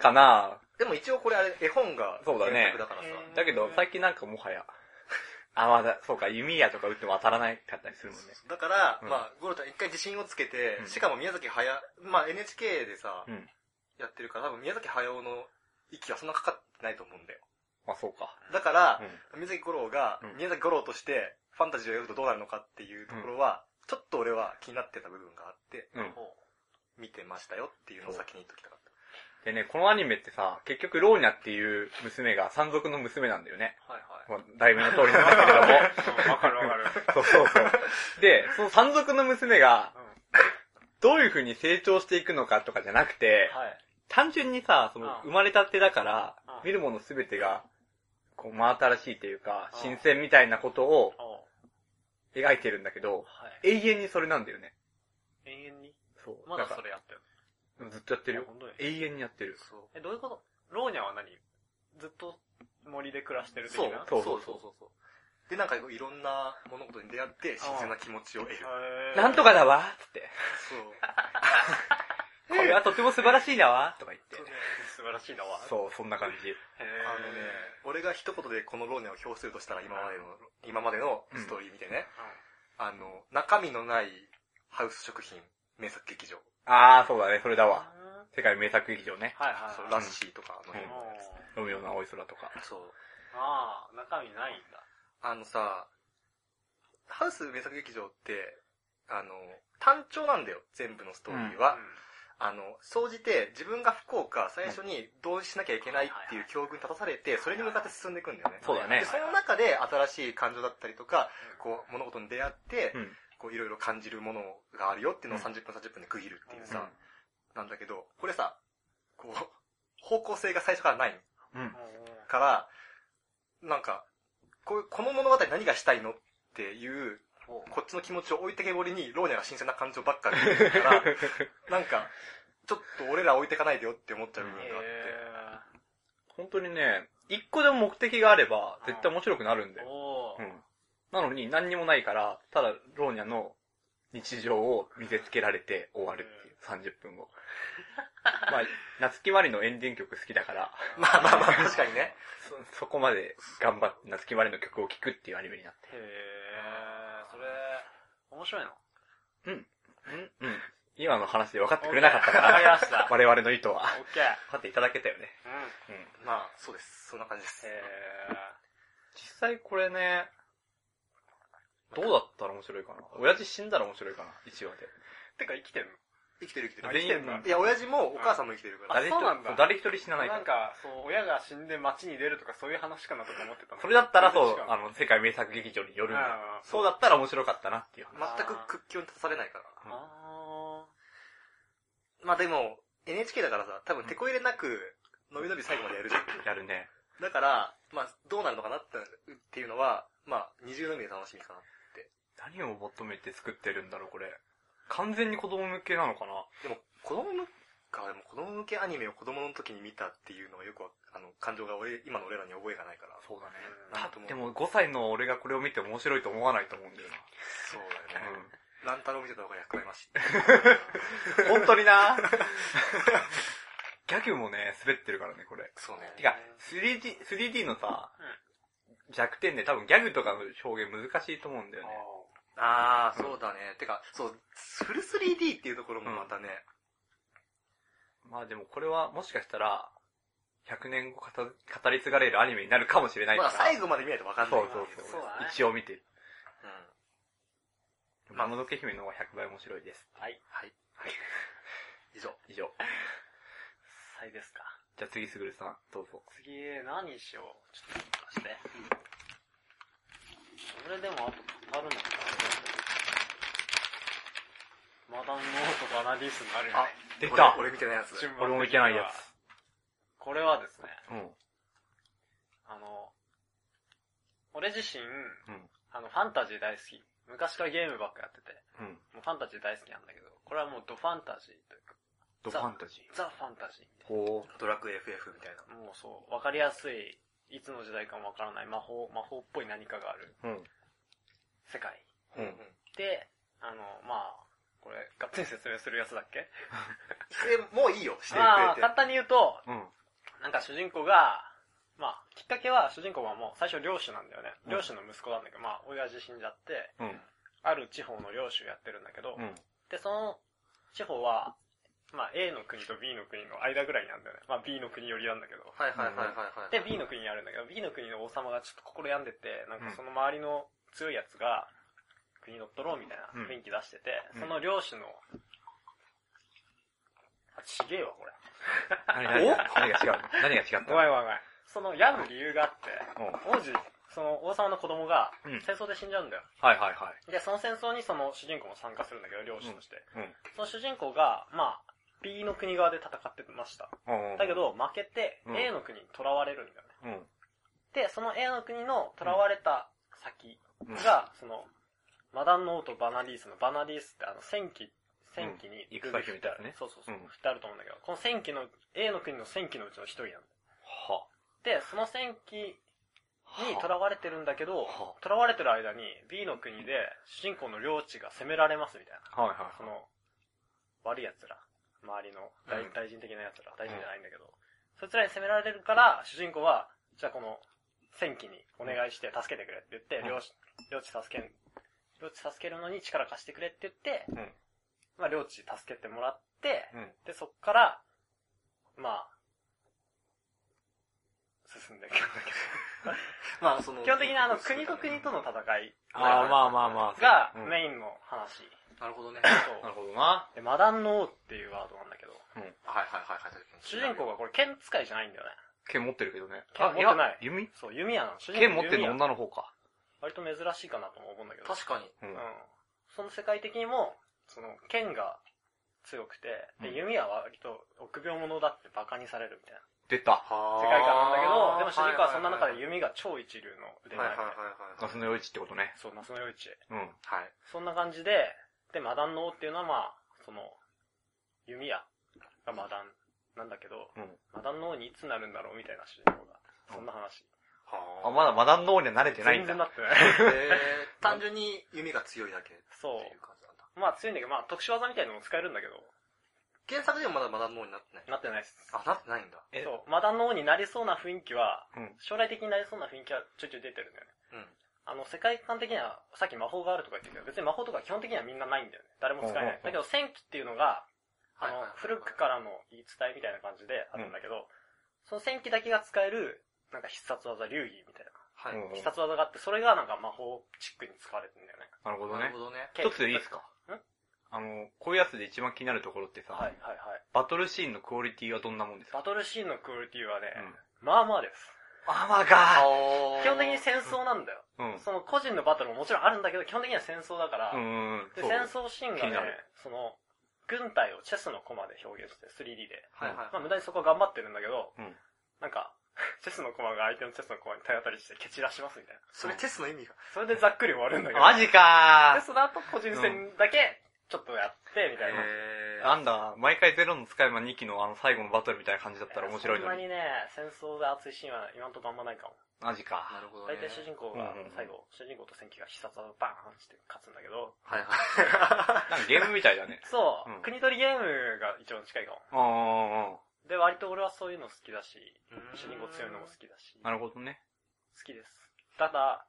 [SPEAKER 4] かな
[SPEAKER 3] でも一応これあれ、絵本が
[SPEAKER 4] そうだね
[SPEAKER 3] 原作だからさ。
[SPEAKER 5] うん
[SPEAKER 4] だけど、最近なんかもはや、 あ、まだ、そうか、弓矢とか打っても当たらないかったりするもんね。
[SPEAKER 3] だから、
[SPEAKER 4] うん
[SPEAKER 3] まあ、ゴロちゃん一回自信をつけて、
[SPEAKER 4] うん
[SPEAKER 3] しかも宮崎駿、まあ NHK でさ、
[SPEAKER 4] うん
[SPEAKER 3] やってるから、多分宮崎駿の息はそんなかかってないと思うんだよ。
[SPEAKER 4] まあそうか。
[SPEAKER 3] だから
[SPEAKER 4] うん、。
[SPEAKER 3] 宮崎五郎が
[SPEAKER 4] うん、
[SPEAKER 3] 宮崎五郎としてファンタジーをやるとどうなるのかっていうところは、ちょっと俺は気になってた部分があって、
[SPEAKER 4] うん。
[SPEAKER 3] 見てましたよっていうのを先に言っときたかっ
[SPEAKER 4] でね、このアニメってさ、結局ローニャっていう娘が山賊の娘なんだよね。
[SPEAKER 5] はい はい。
[SPEAKER 4] まあ、題名の通りなんだけども。
[SPEAKER 5] うん わかるわ かる。
[SPEAKER 4] そうそうそう。で、その山賊の娘が、どういう風に成長していくのかとかじゃなくて、
[SPEAKER 5] はい。
[SPEAKER 4] 単純にさ、その
[SPEAKER 5] うん
[SPEAKER 4] 生まれたてだから
[SPEAKER 5] うん、
[SPEAKER 4] 見るものすべてが、こう、真新しいというか、
[SPEAKER 5] うん
[SPEAKER 4] 新鮮みたいなことを
[SPEAKER 5] おう
[SPEAKER 4] 描いてるんだけど、
[SPEAKER 5] はい。
[SPEAKER 4] 永遠にそれなんだよね。
[SPEAKER 5] 永遠に
[SPEAKER 4] そう。
[SPEAKER 5] ま
[SPEAKER 4] なん
[SPEAKER 5] だ
[SPEAKER 4] か
[SPEAKER 5] それやったよね。
[SPEAKER 4] ずっとやってるよ
[SPEAKER 5] いや。本当に
[SPEAKER 4] 永遠にやってる。
[SPEAKER 3] ら。そう。
[SPEAKER 5] え、どういうことローニャは何ずっと森で暮らしてる的
[SPEAKER 3] そう
[SPEAKER 5] な
[SPEAKER 4] そう
[SPEAKER 3] そうそうそうそう。で、なんかいろんな物事に出会って、新鮮な気持ちを得る。
[SPEAKER 5] へー
[SPEAKER 4] なんとかだわーっつって。
[SPEAKER 3] そう。
[SPEAKER 4] これはとても素晴らしいだわーとか言って。
[SPEAKER 5] 素晴らしいなわ。う。
[SPEAKER 4] そう、そんな感じ。
[SPEAKER 5] へ
[SPEAKER 3] あのね、俺が一言でこのローネを表するとしたら今までの、今までのストーリー見てね、あの、中身のないハウス食品、名作劇場、
[SPEAKER 4] あー、そうだね、それだ
[SPEAKER 5] ー。
[SPEAKER 4] わ。
[SPEAKER 5] うん
[SPEAKER 4] 世界名作劇場ね。
[SPEAKER 5] はいはい。
[SPEAKER 3] そううんラッシーとかあの辺のや
[SPEAKER 5] あ
[SPEAKER 4] 飲むような青い空とか。
[SPEAKER 3] つ。そう。
[SPEAKER 5] ー、中身ないんだ。
[SPEAKER 3] あのさ、ハウス名作劇場って、あの、単調なんだよ、全部のストーリーは。あの、総じて自分が不幸か最初に同意しなきゃいけないっていう境遇に立たされて、それに向かって進んでいくんだよね。
[SPEAKER 4] そうだね
[SPEAKER 3] で、その中で新しい感情だったりとか、こう、物事に出会って
[SPEAKER 4] う、ん。
[SPEAKER 3] こう、いろいろ感じるものがあるよっていうのを
[SPEAKER 4] うん
[SPEAKER 3] 30分30分で区切るっていう
[SPEAKER 4] さ
[SPEAKER 3] さ、なんだけど、これさ、こう、 方向性が最初からない
[SPEAKER 4] うん。
[SPEAKER 5] うんうん
[SPEAKER 3] から、なんか、こうこの物語何がしたいのっていう、
[SPEAKER 5] おう
[SPEAKER 3] こっちの気持ちを置いてけぼりに、ローニャが新鮮な感情ばっかり出てる から、なんか、ちょっと俺ら置いてかないでよって思っちゃう部分があって。
[SPEAKER 4] 本当にね、一個でも目的があれば、絶対面白くなるんだ
[SPEAKER 5] へー
[SPEAKER 4] よ。
[SPEAKER 5] お
[SPEAKER 4] う
[SPEAKER 5] ー
[SPEAKER 4] ん。なのに何にもないから、ただローニャの日常を見せつけられて終わるっていう、30分後。 まあ、夏木マリのエンディング曲好きだから、
[SPEAKER 3] まあまあまあ、確かにね。
[SPEAKER 4] そ、そこまで頑張って夏木マリの曲を聴くっていうアニメになっ
[SPEAKER 5] へえ、それ、面白いの
[SPEAKER 4] て。うん。うんうん。今の話で分かってくれなかったか、
[SPEAKER 5] わからりました。
[SPEAKER 4] 我々の意図は。
[SPEAKER 5] オッケー。
[SPEAKER 4] 分かっていただけたよね。
[SPEAKER 5] うん。
[SPEAKER 4] うん。
[SPEAKER 3] まあ、そうです。そんな感じです。
[SPEAKER 5] へ
[SPEAKER 4] 実際これね、どうだったら面白いかな。親父死んだら面白いかな、1話で。
[SPEAKER 5] ーてか生きてんの
[SPEAKER 3] 生きてる生きて
[SPEAKER 4] 全
[SPEAKER 3] る。
[SPEAKER 4] 員
[SPEAKER 5] 生きてんだ
[SPEAKER 3] いや、親父もお母さんも生きてるから。
[SPEAKER 4] 誰一人
[SPEAKER 5] そうなんだ
[SPEAKER 4] 誰一人死なないか
[SPEAKER 5] な
[SPEAKER 4] ら
[SPEAKER 5] ん。か、そう、親が死んで街に出るとかそういう話かなとか思ってたの。
[SPEAKER 4] それだったらそう
[SPEAKER 5] 違、
[SPEAKER 4] あの、世界名作劇場によるんだよ
[SPEAKER 5] あー
[SPEAKER 4] そうだったら面白かったなっていう。
[SPEAKER 3] 全く屈強に立たされないから。
[SPEAKER 5] あ
[SPEAKER 3] まあでも、NHK だからさ、多分手こ入れなく、のびのび最後までやるじゃん。
[SPEAKER 4] やるね。
[SPEAKER 3] だから、まあ、どうなるのかなってっていうのは、まあ、二重の意味で楽しみかな。
[SPEAKER 4] 何を求めて作ってるんだろう、これ。完全に子供向けなのかな
[SPEAKER 3] でも、子供向か、でも子供向けアニメを子供の時に見たっていうのはよくわあの、感情が俺、今の俺らに覚えがないから。
[SPEAKER 4] そうだね
[SPEAKER 3] うん
[SPEAKER 4] だってもう5歳の俺がこれを見て面白いと思わないと思うんだよ
[SPEAKER 3] そうだ
[SPEAKER 4] な。
[SPEAKER 3] よね。乱太郎見てた方が役割ましい。
[SPEAKER 4] うん。本当にな ギャグもね、滑ってるからね、これ。
[SPEAKER 3] そうね。
[SPEAKER 4] てか、3D、3D のさ
[SPEAKER 5] う、
[SPEAKER 4] 弱点で多分ギャグとかの表現難しいと思うんだよ
[SPEAKER 5] ー
[SPEAKER 4] ね。
[SPEAKER 3] あー、そうだね。てか、そう、フル 3D っていうところもまたね、
[SPEAKER 4] まあでもこれはもしかしたら、100年後語語り継がれるアニメになるかもしれないか
[SPEAKER 3] ま
[SPEAKER 4] ら。
[SPEAKER 3] だ最後まで見ないとわかんない
[SPEAKER 4] そうそう
[SPEAKER 5] そうだね
[SPEAKER 4] 一応見て。
[SPEAKER 3] うん
[SPEAKER 4] まののけ姫の方が100倍面白いです。
[SPEAKER 5] はい。
[SPEAKER 3] はい。以上。
[SPEAKER 4] 以上。
[SPEAKER 5] 最ですか。
[SPEAKER 4] じゃあ次、すぐるさん、どうぞ。
[SPEAKER 5] 次、何しよう。ちょっと貸して。俺でも、あと、あるのかなマダンノートとアナディスになるよ
[SPEAKER 3] あ
[SPEAKER 5] ね。、
[SPEAKER 4] 出た
[SPEAKER 3] 俺俺見てないやつ。
[SPEAKER 5] 順番
[SPEAKER 4] 俺もいけないやつ。
[SPEAKER 5] これはですね、
[SPEAKER 4] うん。
[SPEAKER 5] あの、俺自身、
[SPEAKER 4] うん。
[SPEAKER 5] あの、ファンタジー大好き。昔からゲームばっかやってて、
[SPEAKER 4] うん。
[SPEAKER 5] もうファンタジー大好きなんだけど、これはもうドファンタジーというか、
[SPEAKER 4] ドファンタジ
[SPEAKER 5] ザ・ファンタジーみたいな
[SPEAKER 4] ー。ほ
[SPEAKER 3] ドラクエ FF みたいな。
[SPEAKER 5] もうそう、わかりやすい、いつの時代かもわからない魔法、魔法っぽい何かがある
[SPEAKER 4] う。うん。
[SPEAKER 5] 世界。
[SPEAKER 4] うん。
[SPEAKER 5] で、あの、まあ、これ、がっつり説明するやつだっけ
[SPEAKER 3] え、もういいよ、してく
[SPEAKER 5] まあ、
[SPEAKER 3] れ
[SPEAKER 5] 簡単に言うと、
[SPEAKER 4] うん。
[SPEAKER 5] なんか主人公が、まあ、きっかけは主人公はもう最初漁師なんだよね。
[SPEAKER 4] うん
[SPEAKER 5] 漁師の息子なんだけど、まあ、親父死んじゃって、
[SPEAKER 4] うん。
[SPEAKER 5] ある地方の領主やってるんだけど、
[SPEAKER 4] うん。
[SPEAKER 5] で、その地方は、まあ A の国と B の国の間ぐらいなんだよね。まあ B の国寄りなんだけど。
[SPEAKER 3] て。はいはいはいはいはい。
[SPEAKER 5] で、B の国にあるんだけど、B の国の王様がちょっと心病んでて、なんかその周りの強いやつが、国乗っ取ろうみたいな
[SPEAKER 4] うん
[SPEAKER 5] 雰囲気出してて、
[SPEAKER 4] うん
[SPEAKER 5] その領主の、あ、ちげえわ、これ。
[SPEAKER 4] 何何
[SPEAKER 5] お
[SPEAKER 4] 何が違う何が違った
[SPEAKER 5] ごめんごめんごめん。その病む理由があって、
[SPEAKER 4] うん。はい
[SPEAKER 5] 王子、その王様の子供が
[SPEAKER 4] うん
[SPEAKER 5] 戦争で死んじゃうんだよ。
[SPEAKER 4] はいは
[SPEAKER 5] で、その戦争にその主人公も参加するんだけど、領主として。
[SPEAKER 4] い。
[SPEAKER 5] その主人公が、まあ、B の国側で戦ってました。
[SPEAKER 4] うん。
[SPEAKER 5] だけ、ど、負けて
[SPEAKER 4] うん
[SPEAKER 5] A の国に囚われるんだよね。
[SPEAKER 4] うん。
[SPEAKER 5] で、その A の国の囚われた先
[SPEAKER 4] うん。
[SPEAKER 5] が、その、マダンノート・バナディースの、バナディースってあの、戦記、戦記に、
[SPEAKER 4] うん行く先みたいなね
[SPEAKER 5] そうそうそう、
[SPEAKER 4] うん
[SPEAKER 5] 振ってあると思うんだけど、この戦記の、A の国の戦記のうちの一人なんだよ。
[SPEAKER 4] は。
[SPEAKER 5] で、その戦記に囚
[SPEAKER 4] は
[SPEAKER 5] われてるんだけど
[SPEAKER 4] は、
[SPEAKER 5] 囚われてる間に B の国で主人公の領地が攻められますみたいな。
[SPEAKER 4] はいは
[SPEAKER 5] その、悪い奴ら、周りの大,、
[SPEAKER 3] うん
[SPEAKER 5] 大臣的な奴ら、大臣じゃないんだけど、そいつらに攻められるから、主人公は、じゃあこの、戦記にお願いして助けてくれって言って、
[SPEAKER 4] うん
[SPEAKER 5] 領地、領地助けん、領地助けるのに力貸してくれって言って、
[SPEAKER 4] うん
[SPEAKER 5] まあ領地助けてもらって、
[SPEAKER 4] い。うん。
[SPEAKER 5] で、そっから、まあ、進ん でいくんだけど。
[SPEAKER 3] まあその
[SPEAKER 5] 基本的にあの、国と国との戦い
[SPEAKER 4] ああ、まあまあまあ。
[SPEAKER 5] が
[SPEAKER 4] うん
[SPEAKER 5] メインの話。
[SPEAKER 3] なるほどね。
[SPEAKER 5] そう
[SPEAKER 4] なるほどな。
[SPEAKER 5] で、マダンの王っていうワードなんだけど、
[SPEAKER 3] はいはいはいはい。
[SPEAKER 5] 主人公がこれ剣使いじゃないんだよね。
[SPEAKER 4] 剣持ってるけどね。
[SPEAKER 5] 剣持ってない
[SPEAKER 4] や弓
[SPEAKER 5] そう、弓矢なの。主人公
[SPEAKER 4] 剣持って
[SPEAKER 5] 弓
[SPEAKER 4] るの
[SPEAKER 5] 矢
[SPEAKER 4] 女の方か。
[SPEAKER 5] 割と珍しいかなとも思うんだけど。
[SPEAKER 3] 確かに。
[SPEAKER 5] う
[SPEAKER 4] う
[SPEAKER 5] ん
[SPEAKER 4] ん。。
[SPEAKER 5] その世界的にも、その、剣が強くて、
[SPEAKER 4] うん
[SPEAKER 5] で、弓矢は割と臆病者だって馬鹿にされるみたいな
[SPEAKER 4] 出た。
[SPEAKER 3] 世
[SPEAKER 5] 世界観なんだけど、でも主人公はその中で
[SPEAKER 3] う。
[SPEAKER 5] 弓が超一流の腕
[SPEAKER 3] はい
[SPEAKER 5] 前
[SPEAKER 3] はいは
[SPEAKER 5] で
[SPEAKER 3] い。はい。
[SPEAKER 4] 夏の夜市ってことね。
[SPEAKER 5] そう、夏の夜市。
[SPEAKER 4] うん。
[SPEAKER 3] はい。
[SPEAKER 5] そんな感じで、で、マダンの王っていうのはまあ、その、弓矢がマダンなんだけど、
[SPEAKER 4] うん。
[SPEAKER 5] マダンの王にいつなるんだろうみたいな主人公が。そんな話。
[SPEAKER 4] あ、まだマダンの王には慣れてないん
[SPEAKER 5] 全
[SPEAKER 4] だ
[SPEAKER 5] 然。なってない。
[SPEAKER 3] えー単純に弓が強いだけって
[SPEAKER 5] そ
[SPEAKER 3] いう
[SPEAKER 5] う。
[SPEAKER 3] 感じなんだ。
[SPEAKER 5] まあ強いんだけど、まあ特殊技みたいなのも使えるんだけど、
[SPEAKER 3] 原作でもまだまだ脳になってない。
[SPEAKER 5] なってないです。
[SPEAKER 3] あ、なってないんだ。
[SPEAKER 4] え
[SPEAKER 5] そう。マダンの王になりそうな雰囲気は、
[SPEAKER 4] うん。
[SPEAKER 5] 将来的になりそうな雰囲気はちょいちょい出てるんだよね。
[SPEAKER 3] うん。
[SPEAKER 5] あの、世界観的には、さっき魔法があるとか言ってたけど、別に魔法とか基本的にはみんなないんだよね。誰も使え
[SPEAKER 4] うんうん
[SPEAKER 5] な
[SPEAKER 4] う
[SPEAKER 5] い
[SPEAKER 4] ん。
[SPEAKER 5] だけど、戦記っていうのが、あ
[SPEAKER 3] はい
[SPEAKER 5] の
[SPEAKER 3] はいはい、
[SPEAKER 5] 古くからの言い伝えみたいな感じであるんだけど、その戦記だけが使える、なんか必殺技、流儀みたい
[SPEAKER 3] はい。
[SPEAKER 4] うん
[SPEAKER 5] な。必殺技があって、それがなんか魔法チックに使われてんだよね。
[SPEAKER 4] なるほど
[SPEAKER 3] なる
[SPEAKER 4] ね
[SPEAKER 3] ほ。どね。
[SPEAKER 4] 一ついいですか
[SPEAKER 5] ん
[SPEAKER 4] あの、こういうやつで一番気になるところって
[SPEAKER 5] はいは
[SPEAKER 4] さ
[SPEAKER 5] い、はい。
[SPEAKER 4] バトルシーンのクオリティはどんなもんですか
[SPEAKER 5] バトルシーンのクオリティはね、
[SPEAKER 4] うん。
[SPEAKER 5] まあまあです。
[SPEAKER 4] あまが
[SPEAKER 5] 基本的に戦争なんだよ。
[SPEAKER 4] うん。
[SPEAKER 5] その個人のバトルももちろんあるんだけど、基本的には戦争だから、
[SPEAKER 4] うんうん。
[SPEAKER 5] で、
[SPEAKER 4] そう
[SPEAKER 5] 戦争シーンが
[SPEAKER 4] 気に
[SPEAKER 5] ね
[SPEAKER 4] なる、
[SPEAKER 5] その、軍隊をチェスのコマで表現して、3D で。
[SPEAKER 3] はいはい。
[SPEAKER 5] まあ無駄にそこは頑張ってるんだけど、
[SPEAKER 4] うん
[SPEAKER 5] なんか、 チェスのコマが相手のチェスのコマに体当たりして蹴散らしますみたいな。
[SPEAKER 3] それチェスの意味が。
[SPEAKER 5] それでざっくり終わるんだけど。
[SPEAKER 4] マジか
[SPEAKER 5] で、その後個人戦だけ、ちょっとやって、みたいな。
[SPEAKER 4] ー
[SPEAKER 3] え
[SPEAKER 4] なんだ、毎回ゼロの使い魔2期のあの最後のバトルみたいな感じだったら面白い
[SPEAKER 5] そん
[SPEAKER 4] の
[SPEAKER 5] な
[SPEAKER 4] に。
[SPEAKER 5] にね、戦争で熱いシーンは今のところあんまないかも。
[SPEAKER 4] マジ
[SPEAKER 3] な
[SPEAKER 4] か。
[SPEAKER 3] るほどね。
[SPEAKER 5] 大体主人公が
[SPEAKER 4] うんうんうん
[SPEAKER 5] 最後、主人公と戦記が必殺技をバーンして勝つんだけど、。
[SPEAKER 3] はいはい。
[SPEAKER 4] なんかゲームみたいだね
[SPEAKER 5] そう、
[SPEAKER 4] うん
[SPEAKER 5] 国取りゲームが一番近いかも。
[SPEAKER 4] うんうんうん。
[SPEAKER 5] で、割と俺はそういうの好きだし、主人公強いのも好きだし、好
[SPEAKER 4] なるほどね。
[SPEAKER 5] きです。ただ、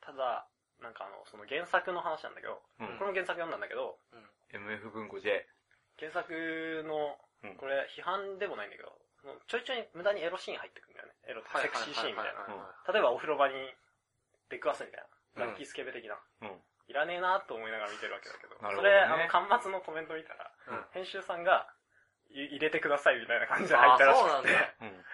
[SPEAKER 5] ただ、なんかあの、その原作の話なんだけど、
[SPEAKER 4] うん
[SPEAKER 5] これも原作読んだんだけど、
[SPEAKER 4] MF 文庫 J。
[SPEAKER 5] 原作の
[SPEAKER 4] うん、
[SPEAKER 5] これ批判でもないんだけど、もうちょいちょい無駄にエロシーン入ってくるんだよね。エロってセクシーシーンみたいな。
[SPEAKER 3] はははは
[SPEAKER 5] 例えばお風呂場に出くわすみたいな。
[SPEAKER 4] うん
[SPEAKER 5] ラッキースケベ的な。
[SPEAKER 4] うん。
[SPEAKER 5] いらねえなと思いながら見てるわけだけど。
[SPEAKER 4] なるほ
[SPEAKER 5] そ
[SPEAKER 4] どね
[SPEAKER 5] れ、あの、端末のコメント見たら、
[SPEAKER 3] うん
[SPEAKER 5] 編集さんが、い入れてくださいみたいな感じで入ったらし
[SPEAKER 3] あそうなん
[SPEAKER 5] く
[SPEAKER 3] だ
[SPEAKER 5] て。
[SPEAKER 4] うん。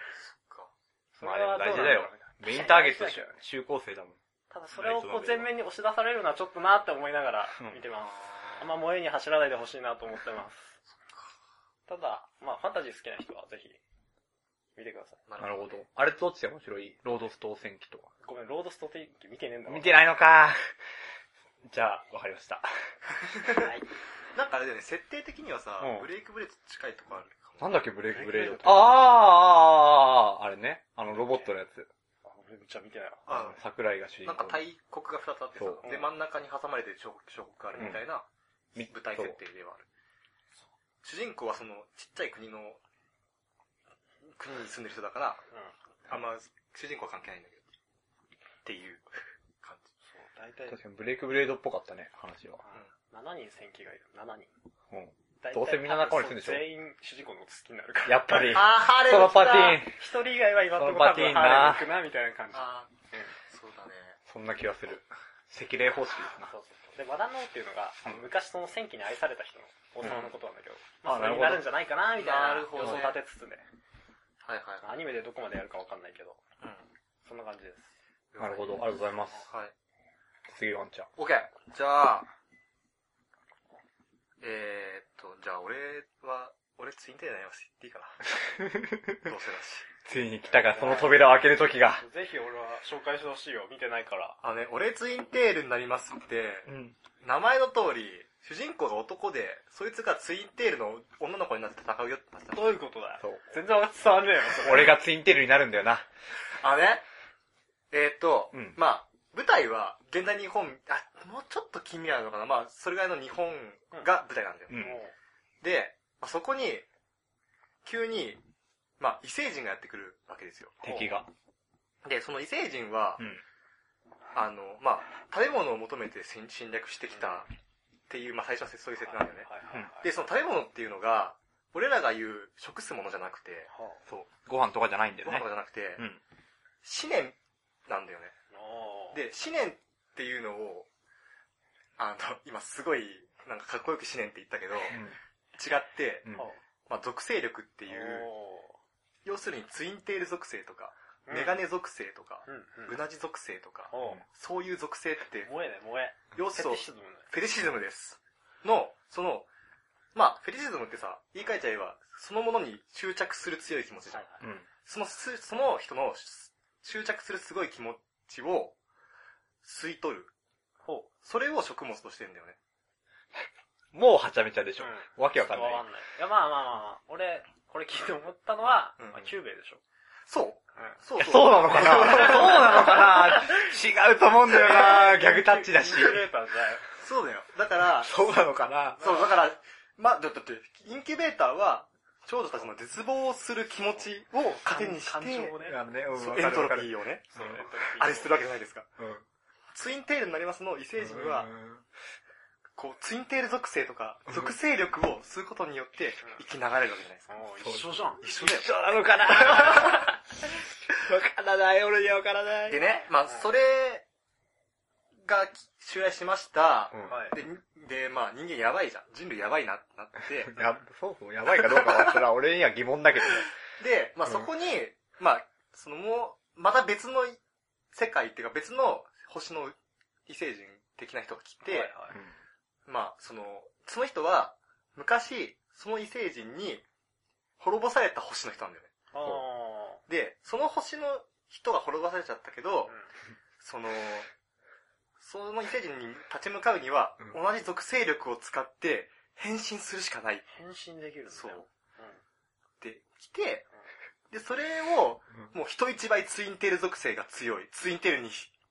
[SPEAKER 3] か
[SPEAKER 5] そ
[SPEAKER 4] まあ
[SPEAKER 5] れ
[SPEAKER 4] でも
[SPEAKER 5] はどう
[SPEAKER 4] 大
[SPEAKER 5] なん
[SPEAKER 4] 事だよ
[SPEAKER 5] ろうね。
[SPEAKER 4] メインターゲット
[SPEAKER 5] 大
[SPEAKER 4] し
[SPEAKER 5] 事だけどね
[SPEAKER 4] 中高生だもん。
[SPEAKER 5] ただそれをこう前面に押し出されるのはちょっとなって思いながら見てます。あんま萌えに走らないでほしいなと思ってます。ただ、まあファンタジー好きな人はぜひ見てください。
[SPEAKER 3] な
[SPEAKER 4] なるほど。あれとどっちが面白いロードストー戦記とか。
[SPEAKER 5] ごめん、ロードストテイキ見てねえんだわ
[SPEAKER 4] 見てないのかじゃあ、わかりました。
[SPEAKER 3] なんかあれだよね、設定的にはさ、
[SPEAKER 4] うん
[SPEAKER 3] ブレイクブレイドと近いとこあるか
[SPEAKER 4] な
[SPEAKER 3] も。
[SPEAKER 4] んだっけ、ブレイクブレイド
[SPEAKER 3] ブレイクブレイド
[SPEAKER 4] ああーあーあーあーあーあれね。あの、ロボットのやつ。
[SPEAKER 5] あ俺めっちゃ見てないわ。
[SPEAKER 4] あの
[SPEAKER 3] あ
[SPEAKER 4] 桜井が主人
[SPEAKER 3] なんか
[SPEAKER 4] 公。
[SPEAKER 3] 大国が2つあってさ
[SPEAKER 4] そ、
[SPEAKER 5] う
[SPEAKER 3] で、真ん中に挟まれて小国小国があるみたいな
[SPEAKER 4] うん
[SPEAKER 3] 舞台設定ではある。主人公はその、ちっちゃい国の、国に住んでる人だから、
[SPEAKER 5] う
[SPEAKER 3] あ
[SPEAKER 5] ん。
[SPEAKER 3] んま主人公は関係ないんだけど。っていう感じ。
[SPEAKER 5] そう、大体、
[SPEAKER 4] 確かにブレイクブレイドっぽかったね、話は。
[SPEAKER 5] あ7人戦記がいる。7人。
[SPEAKER 4] うん。
[SPEAKER 5] 大体
[SPEAKER 4] どうせみんな仲間にするんでし
[SPEAKER 5] 全員主
[SPEAKER 4] ょ
[SPEAKER 5] 人公のこと好きになるから。
[SPEAKER 4] やっぱり。
[SPEAKER 3] あー、ハーレ
[SPEAKER 4] そのパティー
[SPEAKER 3] ン。
[SPEAKER 4] ン
[SPEAKER 5] 一人以外は今のところ多分ハーレム行くな、みたいな感じ。
[SPEAKER 3] あ
[SPEAKER 5] うん
[SPEAKER 3] ー、そうだね。
[SPEAKER 4] そんな気がする。赤霊方式ですな。
[SPEAKER 5] そうそうで、和田直っていうのが、あの昔その戦記に愛された人の王様のことなんだけど、まあ、そ
[SPEAKER 4] な
[SPEAKER 5] れ
[SPEAKER 4] る
[SPEAKER 5] に
[SPEAKER 4] ほど
[SPEAKER 5] なるんじゃないかな、みたいな
[SPEAKER 3] なるほ
[SPEAKER 5] 予
[SPEAKER 3] ど
[SPEAKER 5] 想
[SPEAKER 3] ね
[SPEAKER 5] 立てつつね。
[SPEAKER 3] はいはいはい。
[SPEAKER 5] アニメでどこまでやるかわかんないけど、そんな感じです。
[SPEAKER 4] なるほど。ありがとうございます。
[SPEAKER 3] はい。
[SPEAKER 4] 次、ワンちゃん。
[SPEAKER 3] OK! じゃあ、えー、っと、じゃあ俺は、俺ツインテールになります。言っていいか な。どうせだし。
[SPEAKER 4] ついに来たか、その扉を開ける時が。
[SPEAKER 5] ぜひ俺は紹介してほしいよ。見てないから。
[SPEAKER 3] あのね、俺ツインテールになりますって、
[SPEAKER 4] うん。
[SPEAKER 3] 名前の通り、主人公が男で、そいつがツインテールの女の子になって戦うよって話だ
[SPEAKER 5] どういうことだよ。
[SPEAKER 4] そう。
[SPEAKER 5] 全然伝わんねえよ。それ
[SPEAKER 4] 俺がツインテールになるんだよな。
[SPEAKER 3] あね、えー、っと、
[SPEAKER 4] うん
[SPEAKER 3] まあ、舞台は、現代日本、あ、もうちょっと近未来なのかなまあ、それぐらいの日本が舞台なんだよ。
[SPEAKER 4] うん。
[SPEAKER 5] も
[SPEAKER 3] で、まあ、そこに、急に、まあ、異星人がやってくるわけですよ。
[SPEAKER 4] 敵が。
[SPEAKER 3] で、その異星人は、
[SPEAKER 4] うん。
[SPEAKER 3] あの、まあ、食べ物を求めて侵侵略してきたっていう、まあ、最初のそういう
[SPEAKER 5] う
[SPEAKER 3] 説なんだよね。
[SPEAKER 5] はいはいはい。
[SPEAKER 3] で、その食べ物っていうのが、俺らが言う食すものじゃなくて、
[SPEAKER 5] はあ
[SPEAKER 4] そう。ご飯とかじゃないんだよ
[SPEAKER 3] ご飯
[SPEAKER 4] ね
[SPEAKER 3] とか。じゃなくて、
[SPEAKER 4] うん。
[SPEAKER 3] 思念なんだよね。
[SPEAKER 5] おー
[SPEAKER 3] で、思念っていうのを、あの、今すごい、なんかかっこよく思念って言ったけど、違って
[SPEAKER 4] う、ん。うん
[SPEAKER 5] は
[SPEAKER 3] まあ、属性力っていう、
[SPEAKER 5] あお
[SPEAKER 3] 要するにツインテール属性とか、
[SPEAKER 5] うん
[SPEAKER 3] メガネ属性とか
[SPEAKER 5] ー、うんう。
[SPEAKER 3] うんなじ属性とか、
[SPEAKER 5] おう
[SPEAKER 3] そういう属性って、
[SPEAKER 5] 萌えね、萌え。
[SPEAKER 3] 要
[SPEAKER 5] セ
[SPEAKER 3] 素
[SPEAKER 5] テ
[SPEAKER 3] を
[SPEAKER 5] ィシズムね。
[SPEAKER 3] フェリシズムです。の、その、まあ、フェリシズムってさ、言い換えちゃえば、そのものに執着する強い気持ちじゃん。
[SPEAKER 5] はいはい。
[SPEAKER 4] うん。
[SPEAKER 3] そのす、その人のす執着するすごい気持ちを吸い取る。
[SPEAKER 5] ほ
[SPEAKER 3] それを食物としてんだよね。
[SPEAKER 4] もうはちゃめちゃでしょ。
[SPEAKER 5] うん
[SPEAKER 4] わけわかんない。
[SPEAKER 5] わかんない。いや、まあまあまあまあ、俺、これ聞いて思ったのは、
[SPEAKER 3] うん
[SPEAKER 5] まあ、キューベイでしょ。
[SPEAKER 3] そう。
[SPEAKER 5] う
[SPEAKER 3] そ
[SPEAKER 4] いうや、
[SPEAKER 3] そう。
[SPEAKER 4] そうなのかなそうなのかな違うと思うんだよなギャグタッチだし
[SPEAKER 5] イン。キュベーターじゃない。
[SPEAKER 3] そうだよ。だから、
[SPEAKER 4] そうなのかな
[SPEAKER 3] そう、だから、まあ、だだって、インキュベーターは、少女たちの絶望する気持ちを糧にして、
[SPEAKER 5] 感情をね。
[SPEAKER 4] あのね、うん
[SPEAKER 3] そう
[SPEAKER 4] わ
[SPEAKER 3] エ
[SPEAKER 4] か
[SPEAKER 3] ント
[SPEAKER 4] るわ
[SPEAKER 3] ロ
[SPEAKER 4] か
[SPEAKER 3] ピ
[SPEAKER 4] る
[SPEAKER 3] ーをね、
[SPEAKER 5] そう
[SPEAKER 4] うん
[SPEAKER 5] えっと
[SPEAKER 3] あれするわけじゃないですか。
[SPEAKER 4] うん。
[SPEAKER 3] ツインテールになりますの異星人は、
[SPEAKER 4] う
[SPEAKER 3] こう、ツインテール属性とか
[SPEAKER 4] う、ん
[SPEAKER 3] 属性力を吸うことによって生き流れるわけじゃないですか。
[SPEAKER 5] おー一緒じゃん。
[SPEAKER 3] 一緒だよ。
[SPEAKER 4] そうなのかな わからない、俺にはわからな
[SPEAKER 3] でね、まあ、それが襲来しました
[SPEAKER 4] う。ん。
[SPEAKER 5] はい。
[SPEAKER 3] で、で、まあ、人間やばいじゃん。人類やばいなってなって。
[SPEAKER 4] や、そうそう、やばいかどうかは、それは俺には疑問だけどね。
[SPEAKER 3] で、まあ、
[SPEAKER 4] うん
[SPEAKER 3] そこに、まあ、そのもう、また別の世界っていうか別の星の異星人的な人が来て、
[SPEAKER 5] はいはい
[SPEAKER 3] まあ、その、その人は、昔、その異星人に滅ぼされた星の人なんだよね。
[SPEAKER 5] あー
[SPEAKER 3] で、その星の人が滅ぼされちゃったけど、
[SPEAKER 5] うん
[SPEAKER 3] その、その異星人に立ち向かうには、
[SPEAKER 4] うん
[SPEAKER 3] 同じ属性力を使って変身するしかない。
[SPEAKER 5] 変身できるんだよ。
[SPEAKER 3] そう。
[SPEAKER 5] うん。
[SPEAKER 3] で、来て、で、それを、
[SPEAKER 4] うん
[SPEAKER 3] もう人一倍ツインテール属性が強い。ツインテールに、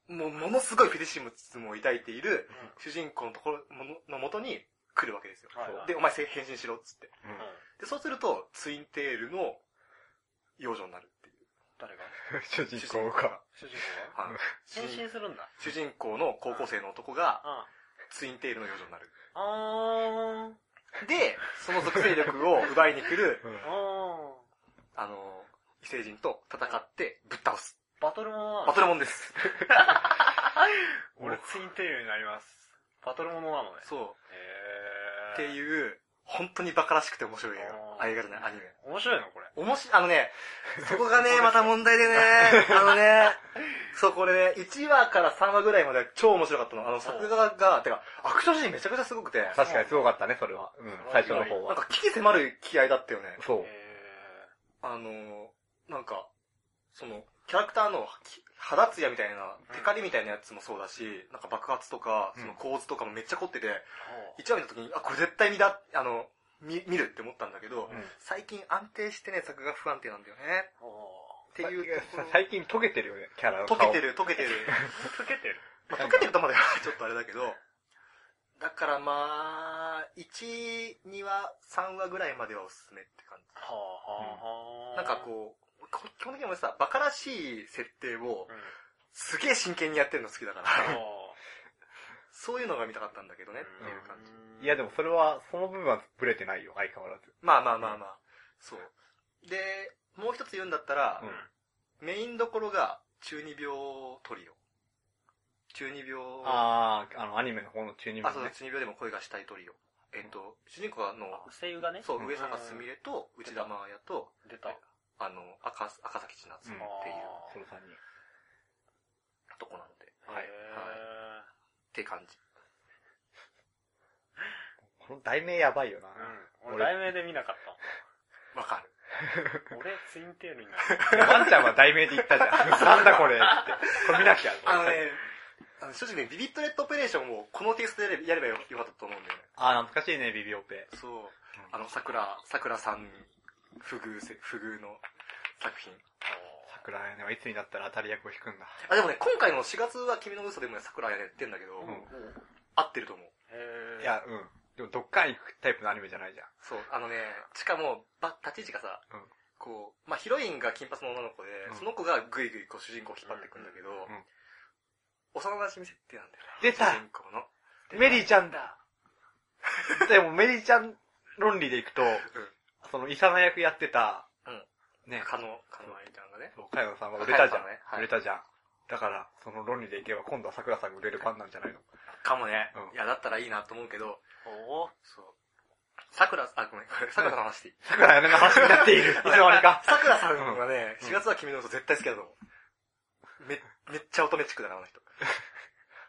[SPEAKER 3] もうものすごいフェティシズムを抱いている
[SPEAKER 5] うん
[SPEAKER 3] 主人公のところもののもとに来るわけですよ。
[SPEAKER 5] はいはい
[SPEAKER 3] で、お前変身しろっつって。
[SPEAKER 4] うん
[SPEAKER 5] うん
[SPEAKER 3] で、そうすると、ツインテールの幼女になるっていう。
[SPEAKER 5] 誰が
[SPEAKER 4] 主人公が。
[SPEAKER 5] 主人公は
[SPEAKER 3] はい
[SPEAKER 5] 変身するんだ。
[SPEAKER 3] 主人公の高校生の男が
[SPEAKER 5] あ
[SPEAKER 3] ツインテールの幼女になる。
[SPEAKER 5] あ。あ
[SPEAKER 3] で、その属性力を奪いに来る、
[SPEAKER 5] ー。あ
[SPEAKER 3] あの、異星人と戦ってぶっ倒す。
[SPEAKER 5] ー。バトルものなの
[SPEAKER 3] バトルモンです。
[SPEAKER 5] 俺ツインテールになります。バトルものなのね。
[SPEAKER 3] そう。っ
[SPEAKER 5] へ
[SPEAKER 3] て
[SPEAKER 5] え。う。
[SPEAKER 3] いう、本当にバカらしくて面白い映
[SPEAKER 5] あー
[SPEAKER 3] 画。あ、映画じゃない、アニメ。
[SPEAKER 5] 面白いのこれ。
[SPEAKER 3] おもし、あのね、そこがね、また問題でね、あのね、そう、これね、1話から3話ぐらいまで超面白かったの。あの、作画が、てか、アクションシーンめちゃくちゃすごくて、
[SPEAKER 4] 確かにすごかったね、それは。うん、最初の方
[SPEAKER 3] なん
[SPEAKER 4] は。
[SPEAKER 3] か、危機迫る気合だったよね。
[SPEAKER 4] そう。
[SPEAKER 5] へ
[SPEAKER 3] あの、なんか、その、キャラクターのき肌ツヤみたいな、テカリみたいなやつもそうだし、なんか爆発とか、その構図とかもめっちゃ凝ってて、
[SPEAKER 5] え。
[SPEAKER 3] 1話見た時に、あ、これ絶対見だ、あの、見、見るって思ったんだけど、
[SPEAKER 4] うん
[SPEAKER 3] 最近安定してね、作画不安定なんだよね。
[SPEAKER 5] おお。
[SPEAKER 3] っていうところ。
[SPEAKER 4] 最近溶けてるよね、キャラの顔。
[SPEAKER 3] 溶けてる、溶けてる。
[SPEAKER 5] 溶けてる。
[SPEAKER 3] まあ、溶けてるとまでは ちょっとあれだけど、だからまあ、1、2話、3話ぐらいまではおすすめって感じ。
[SPEAKER 5] はあはあはあ。
[SPEAKER 3] なんかこう、こ基本的に俺さ、バカらしい設定を
[SPEAKER 5] う、ん。
[SPEAKER 3] すげえ真剣にやってるの好きだから、
[SPEAKER 5] お
[SPEAKER 3] そういうのが見たかったんだけどね、っていう感じ。
[SPEAKER 5] ー
[SPEAKER 4] いや、でもそれは、その部分はブレてないよ、相変わらず。
[SPEAKER 3] まあまあまあまあ、そう。で、もう一つ言うんだったら
[SPEAKER 4] う、ん。
[SPEAKER 3] メインどころが中二病トリオ。中二病
[SPEAKER 4] あー、あの、アニメの方の中二
[SPEAKER 3] あ、
[SPEAKER 4] 病
[SPEAKER 3] そうだ、
[SPEAKER 4] ね。
[SPEAKER 3] 中二病でも恋がしたいトリオ。えっと、主人公はあの、
[SPEAKER 5] あ声優がね。
[SPEAKER 3] そうう、
[SPEAKER 4] ん
[SPEAKER 3] 上坂すみれと内田真彩と、
[SPEAKER 5] 出た。
[SPEAKER 3] あの、赤、赤崎千夏っていう
[SPEAKER 4] うん
[SPEAKER 5] あ
[SPEAKER 4] その三人。
[SPEAKER 3] とこなので、
[SPEAKER 5] ー
[SPEAKER 3] はい。
[SPEAKER 5] へ
[SPEAKER 3] はい。って感じ。
[SPEAKER 4] この題名やばいよな。
[SPEAKER 5] ーうん。俺、題名で見なかった
[SPEAKER 3] わかる。
[SPEAKER 5] もん。俺、ツインテールになる。
[SPEAKER 4] ワンちゃんは題名で言ったじ ゃん。なんだこれって。これ見なきゃ。
[SPEAKER 3] あのね、あの正直ね、ビビットレットオペレーションをこのテイストでやればよよかったと思うんだよね。
[SPEAKER 4] あー、懐かしいね、ビビオペ。
[SPEAKER 3] そう。あの、桜、桜さん、不遇せ、不遇の作品。
[SPEAKER 4] 桜屋根はいつになったら当たり役を引くんだ。
[SPEAKER 3] あ、でもね、今回の4月は君の嘘でもね、桜やねってんだけど、
[SPEAKER 4] うん
[SPEAKER 3] 合ってると思う。
[SPEAKER 5] へー
[SPEAKER 4] い、や、うん。でも、どっかに行くタイプのアニメじゃないじゃん。
[SPEAKER 3] そう、あのね、しかも、ば、立ち位置がさ、
[SPEAKER 4] うん
[SPEAKER 3] こう、まあ、ヒロインが金髪の女の子で、
[SPEAKER 4] うん
[SPEAKER 3] その子がぐいぐいこう主人公を引っ張っていくんだけど、
[SPEAKER 4] んうん
[SPEAKER 3] 幼馴染設定なんだよね。
[SPEAKER 4] 出た
[SPEAKER 3] 主人公の。
[SPEAKER 4] メリーちゃんだでも、メリーちゃん論理でいくと、その、イサナ役やってた、
[SPEAKER 3] うん
[SPEAKER 4] ね、
[SPEAKER 3] カノ、カノアイちゃんがね。
[SPEAKER 4] そう、かよさんは売れたじゃん。
[SPEAKER 3] あ加山さんねはい
[SPEAKER 4] 売れたじゃん。だから、その論理でいけば、今度は桜さんが売れる番なんじゃないの
[SPEAKER 3] かもね、
[SPEAKER 4] うん
[SPEAKER 3] いや、だったらいいなと思うけど、
[SPEAKER 5] おー
[SPEAKER 3] そう。桜、あ、ごめん、これ桜さんの話でいい。
[SPEAKER 4] 桜屋根の話にな っている。いつの間にか。
[SPEAKER 3] 桜さんはね、
[SPEAKER 4] うん
[SPEAKER 3] 4月は君の嘘絶対好きだと思う。め、めっちゃ乙女チックだな、あの人。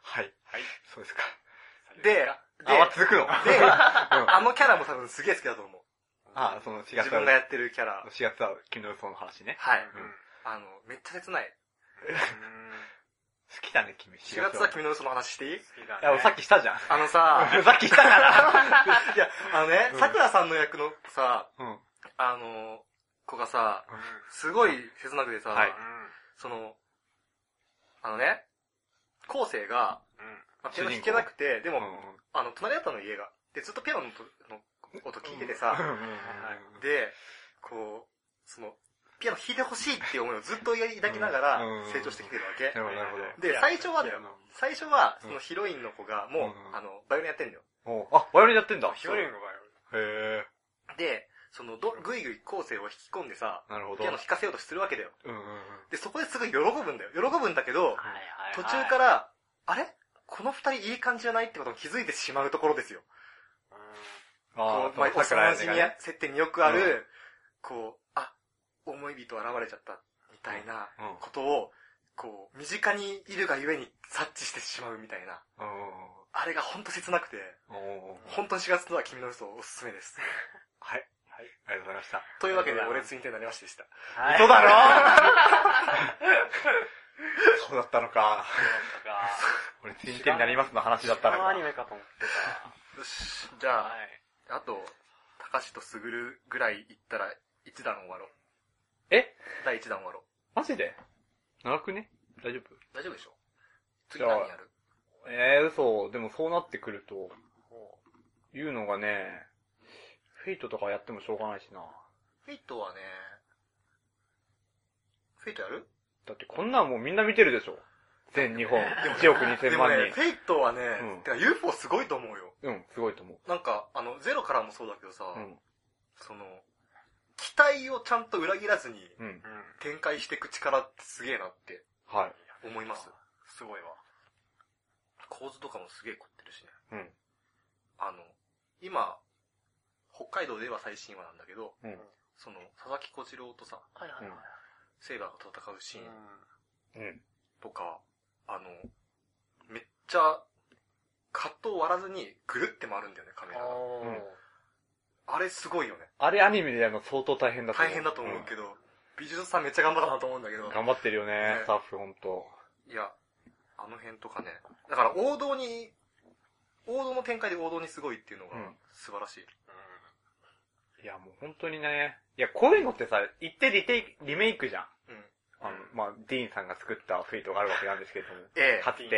[SPEAKER 4] はい。
[SPEAKER 5] はい。
[SPEAKER 4] そうですか。
[SPEAKER 3] で、で、
[SPEAKER 4] あ、まあ続くの。
[SPEAKER 3] で、
[SPEAKER 4] うん
[SPEAKER 3] あのキャラも多分すげえ好きだと思う。
[SPEAKER 4] あ、その4
[SPEAKER 3] 自
[SPEAKER 4] 月
[SPEAKER 3] 分がや
[SPEAKER 4] は、
[SPEAKER 3] ってるキャラ
[SPEAKER 4] 4。月は、君の嘘の話ね。
[SPEAKER 3] はい。
[SPEAKER 4] うん
[SPEAKER 3] あの、めっちゃ切ない。
[SPEAKER 5] 好
[SPEAKER 4] 好きだね、君。
[SPEAKER 3] 4月は君の嘘の話していい
[SPEAKER 5] きだ
[SPEAKER 4] いや、さっきしたじゃん。
[SPEAKER 3] あのさ、
[SPEAKER 4] さっきしたから。
[SPEAKER 3] いや、あのね
[SPEAKER 4] う、ん
[SPEAKER 3] 桜さんの役のさ、
[SPEAKER 4] うん。
[SPEAKER 3] あの、子がさ、
[SPEAKER 5] うん
[SPEAKER 3] すごい切なくてさ、
[SPEAKER 4] はい
[SPEAKER 3] その、あのね、後世が、
[SPEAKER 5] うん。
[SPEAKER 3] まあ
[SPEAKER 4] 主
[SPEAKER 3] ピアノ
[SPEAKER 4] 人公
[SPEAKER 3] 弾けなくて、でも、
[SPEAKER 4] うん
[SPEAKER 3] あの、隣だったの家が。で、ずっとピアノの音の音聞いてて
[SPEAKER 4] うん
[SPEAKER 3] さ、
[SPEAKER 4] うん
[SPEAKER 3] で、こう、その、ピアノ弾いてほしいっていう思いをずっと抱きながら
[SPEAKER 4] うんうん
[SPEAKER 3] 成長してきてるわけ
[SPEAKER 4] な。るほど、なる
[SPEAKER 3] で、最初はだよ
[SPEAKER 5] いや。
[SPEAKER 3] 最初は、そのヒロインの子が、も
[SPEAKER 4] うん
[SPEAKER 3] う、あの、バイオリンやってんだよ。
[SPEAKER 4] ほど。おうあ、バイオリンやってんだ。
[SPEAKER 5] ヒロリングがよ。
[SPEAKER 4] そうへ
[SPEAKER 3] で、その、ど、ぐいぐい後世を引き込んでさ、
[SPEAKER 4] え。なるほど。
[SPEAKER 3] ピアノ弾かせようとするわけだよ。
[SPEAKER 4] うんうんうん。
[SPEAKER 3] で、そこですごい喜ぶんだよ。喜ぶんだけど、
[SPEAKER 5] はい、
[SPEAKER 3] 途中からら、あれこの二人いい感じじゃないってことに気づいてしまうところですよ。こ
[SPEAKER 4] あ
[SPEAKER 3] う、まあ、
[SPEAKER 4] そう桜
[SPEAKER 3] 幼馴
[SPEAKER 4] 屋根が
[SPEAKER 3] 染
[SPEAKER 4] ね
[SPEAKER 3] や接点によくあ
[SPEAKER 4] う
[SPEAKER 3] る、こう、あ、思い人現れちゃった、みたいな
[SPEAKER 4] うん
[SPEAKER 3] ことを、こう、身近にいるがゆえに察知してしまうみたいな。
[SPEAKER 4] うんうん
[SPEAKER 3] あれがほんと切なくて、
[SPEAKER 4] うんうん。
[SPEAKER 3] 本当に4月のは君の嘘おすすめです。
[SPEAKER 4] はい。ありがとうございました。
[SPEAKER 3] というわけで、
[SPEAKER 5] ありがとうござい
[SPEAKER 3] 俺
[SPEAKER 5] ま
[SPEAKER 3] ツインテールになりましたでした。
[SPEAKER 5] はい。
[SPEAKER 4] 嘘
[SPEAKER 5] だ
[SPEAKER 4] だろ そうだったのか。俺、ツインテールになりますの話だったの
[SPEAKER 5] このア
[SPEAKER 4] か
[SPEAKER 5] ニ。メかと思って
[SPEAKER 3] よし、じゃ
[SPEAKER 5] た。
[SPEAKER 3] あ、あと、高橋とすぐるぐらい行ったら、一段終わろう。
[SPEAKER 4] え
[SPEAKER 3] 第一弾終わろう。
[SPEAKER 4] マジで長くね大丈夫
[SPEAKER 3] 大丈夫でしょ次
[SPEAKER 4] じゃあ
[SPEAKER 3] 何やる
[SPEAKER 4] ええー、嘘。でもそうなってくると、
[SPEAKER 5] もう
[SPEAKER 4] 言うのがね、フェイトとかやってもしょうがないしな。
[SPEAKER 3] フェイトはね、フェイトやる
[SPEAKER 4] だってこんなんもうみんな見てるでしょ。全 日本。1億
[SPEAKER 3] でも
[SPEAKER 4] 2000万
[SPEAKER 3] ね、
[SPEAKER 4] 人。
[SPEAKER 3] フェイトはね、
[SPEAKER 4] うん
[SPEAKER 3] てか UFO すごいと思うよ。
[SPEAKER 4] うん、すごいと思う。
[SPEAKER 3] なんか、あの、ゼロからもそうだけどさ、
[SPEAKER 4] うん。
[SPEAKER 3] その、期待をちゃんと裏切らずに
[SPEAKER 4] うん。
[SPEAKER 5] うん。
[SPEAKER 3] 展開していく力ってすげえなって
[SPEAKER 4] はい。
[SPEAKER 3] 思います。
[SPEAKER 5] すごいわ。
[SPEAKER 3] 構図とかもすげえ凝ってるしね。
[SPEAKER 4] うん。
[SPEAKER 3] あの、今、北海道では最新話なんだけど、
[SPEAKER 4] うん
[SPEAKER 3] その、佐々木小次郎とさ、
[SPEAKER 5] はいはいはい。
[SPEAKER 3] セイバーが戦うシーン
[SPEAKER 4] うん。
[SPEAKER 3] とか、あの、めっちゃ、カットを割らずにぐるって回るんだよね、カメラが。
[SPEAKER 5] うん。
[SPEAKER 4] うん
[SPEAKER 5] あー
[SPEAKER 3] あれすごいよね。
[SPEAKER 4] あれアニメでやるの相当大変だと思う。
[SPEAKER 3] 大変だと思うけど、美術さんめっちゃ頑張ったなと思うんだけど
[SPEAKER 4] うん。、頑張ってるよね
[SPEAKER 3] ね、
[SPEAKER 4] スタッフほんと。
[SPEAKER 3] いや、あの辺とかね、だから王道に、王道の展開で王道にすごいっていうのが
[SPEAKER 4] うん
[SPEAKER 3] 素晴らしい。
[SPEAKER 4] いや、もう本当にね。いや、こういうのってさ、言ってリテイリメイクじゃん。
[SPEAKER 3] うん。
[SPEAKER 4] あの、まあ、ディーンさんが作ったフェイトがあるわけなんですけれども。
[SPEAKER 3] ええ、
[SPEAKER 4] かつて、
[SPEAKER 3] デ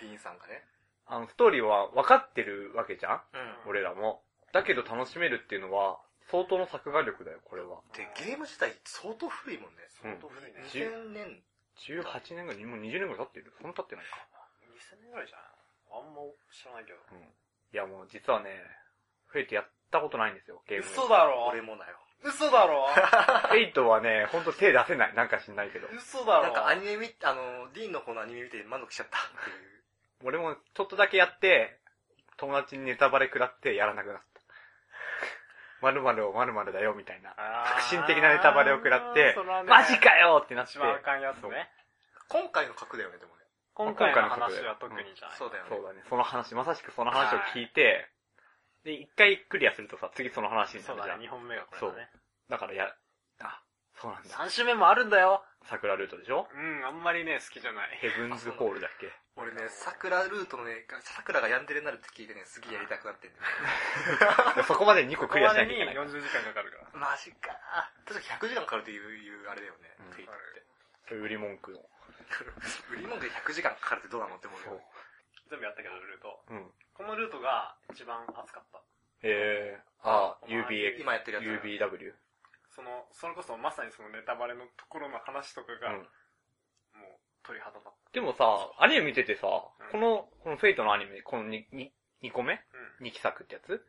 [SPEAKER 3] ィーンさんがね。
[SPEAKER 4] あの、ストーリーは分かってるわけじゃん
[SPEAKER 3] うん。
[SPEAKER 4] 俺らも。だけど楽しめるっていうのは、相当の作画力だよ、これは。
[SPEAKER 3] で、ゲーム自体相当古いもんね。
[SPEAKER 4] うん
[SPEAKER 5] 相当古いね。
[SPEAKER 4] じゅ
[SPEAKER 3] 2000年。
[SPEAKER 4] 18年ぐらい、もう20年ぐらい経ってるそんな経ってないか。
[SPEAKER 5] 2000年ぐらいじゃないあんま知らないけど。
[SPEAKER 4] うん。いや、もう実はね、フェイトやったことないんですよ、ゲーム。
[SPEAKER 5] 嘘だろ
[SPEAKER 3] 俺もだよ。
[SPEAKER 5] 嘘だ ろ
[SPEAKER 4] フェイトはね、ほんと手出せない。なんか知んないけど。
[SPEAKER 5] 嘘だろ
[SPEAKER 3] なんかアニメ見て、あの、ディーンの方のアニメ見て満足しちゃったっていう。
[SPEAKER 4] 俺もちょっとだけやって、友達にネタバレ食らってやらなくなった。〇〇を〇〇だよ、みたいな。
[SPEAKER 5] 革
[SPEAKER 4] 革新的なネタバレを食らって、マジかよってなって。
[SPEAKER 5] 一番あかんやつ
[SPEAKER 4] そう
[SPEAKER 5] ね。
[SPEAKER 3] 今回の格だよね、でもね。
[SPEAKER 5] 今回の
[SPEAKER 4] 今回の
[SPEAKER 5] 話
[SPEAKER 4] 曲で
[SPEAKER 5] は特にじゃない。
[SPEAKER 3] そうだよね
[SPEAKER 4] そう。だね。その話、まさしくその話を聞いて、で、一回クリアするとさ、次その話にな
[SPEAKER 5] そう
[SPEAKER 4] るじゃ
[SPEAKER 5] だ
[SPEAKER 4] ん。
[SPEAKER 5] ね、2本目がこれだね。
[SPEAKER 4] だからや、あ、そうなんだ。
[SPEAKER 5] 3周目もあるんだよ。
[SPEAKER 4] 桜ルートでしょ
[SPEAKER 5] うん、あんまりね、好きじゃない。
[SPEAKER 4] ヘブンズホールだっけ
[SPEAKER 3] 俺ね、桜ルートのね、桜がヤンデレになるって聞いてね、すげえやりたくなってんだよ
[SPEAKER 4] でそこまで2個クリアしなきゃいけ
[SPEAKER 5] ここ。
[SPEAKER 4] ない
[SPEAKER 5] までに40時間かかるから。
[SPEAKER 3] マジか。確か100時間かかるっていう、いうあれだよね
[SPEAKER 4] うん。
[SPEAKER 3] フェイトって。
[SPEAKER 4] そういう売り文句の。
[SPEAKER 3] 売り物で100時間かかるってどうなのって思う
[SPEAKER 4] そう
[SPEAKER 3] よ。。
[SPEAKER 5] 全部やったけど、ルート。
[SPEAKER 4] うん。
[SPEAKER 5] このルートが一番熱かった。
[SPEAKER 4] えー、あ、
[SPEAKER 5] うん、
[SPEAKER 4] UBA
[SPEAKER 3] 今やってるやつ。
[SPEAKER 4] UBW。
[SPEAKER 5] その、それこそまさにそのネタバレのところの話とか
[SPEAKER 4] う
[SPEAKER 5] が、
[SPEAKER 4] ん。
[SPEAKER 5] もう鳥肌だっ
[SPEAKER 4] でもさ、アニメ見てて
[SPEAKER 5] ん
[SPEAKER 4] さ、この、このフェイトのアニメ、この 2, 2個目
[SPEAKER 5] た。う
[SPEAKER 4] ?2 期作ってやつ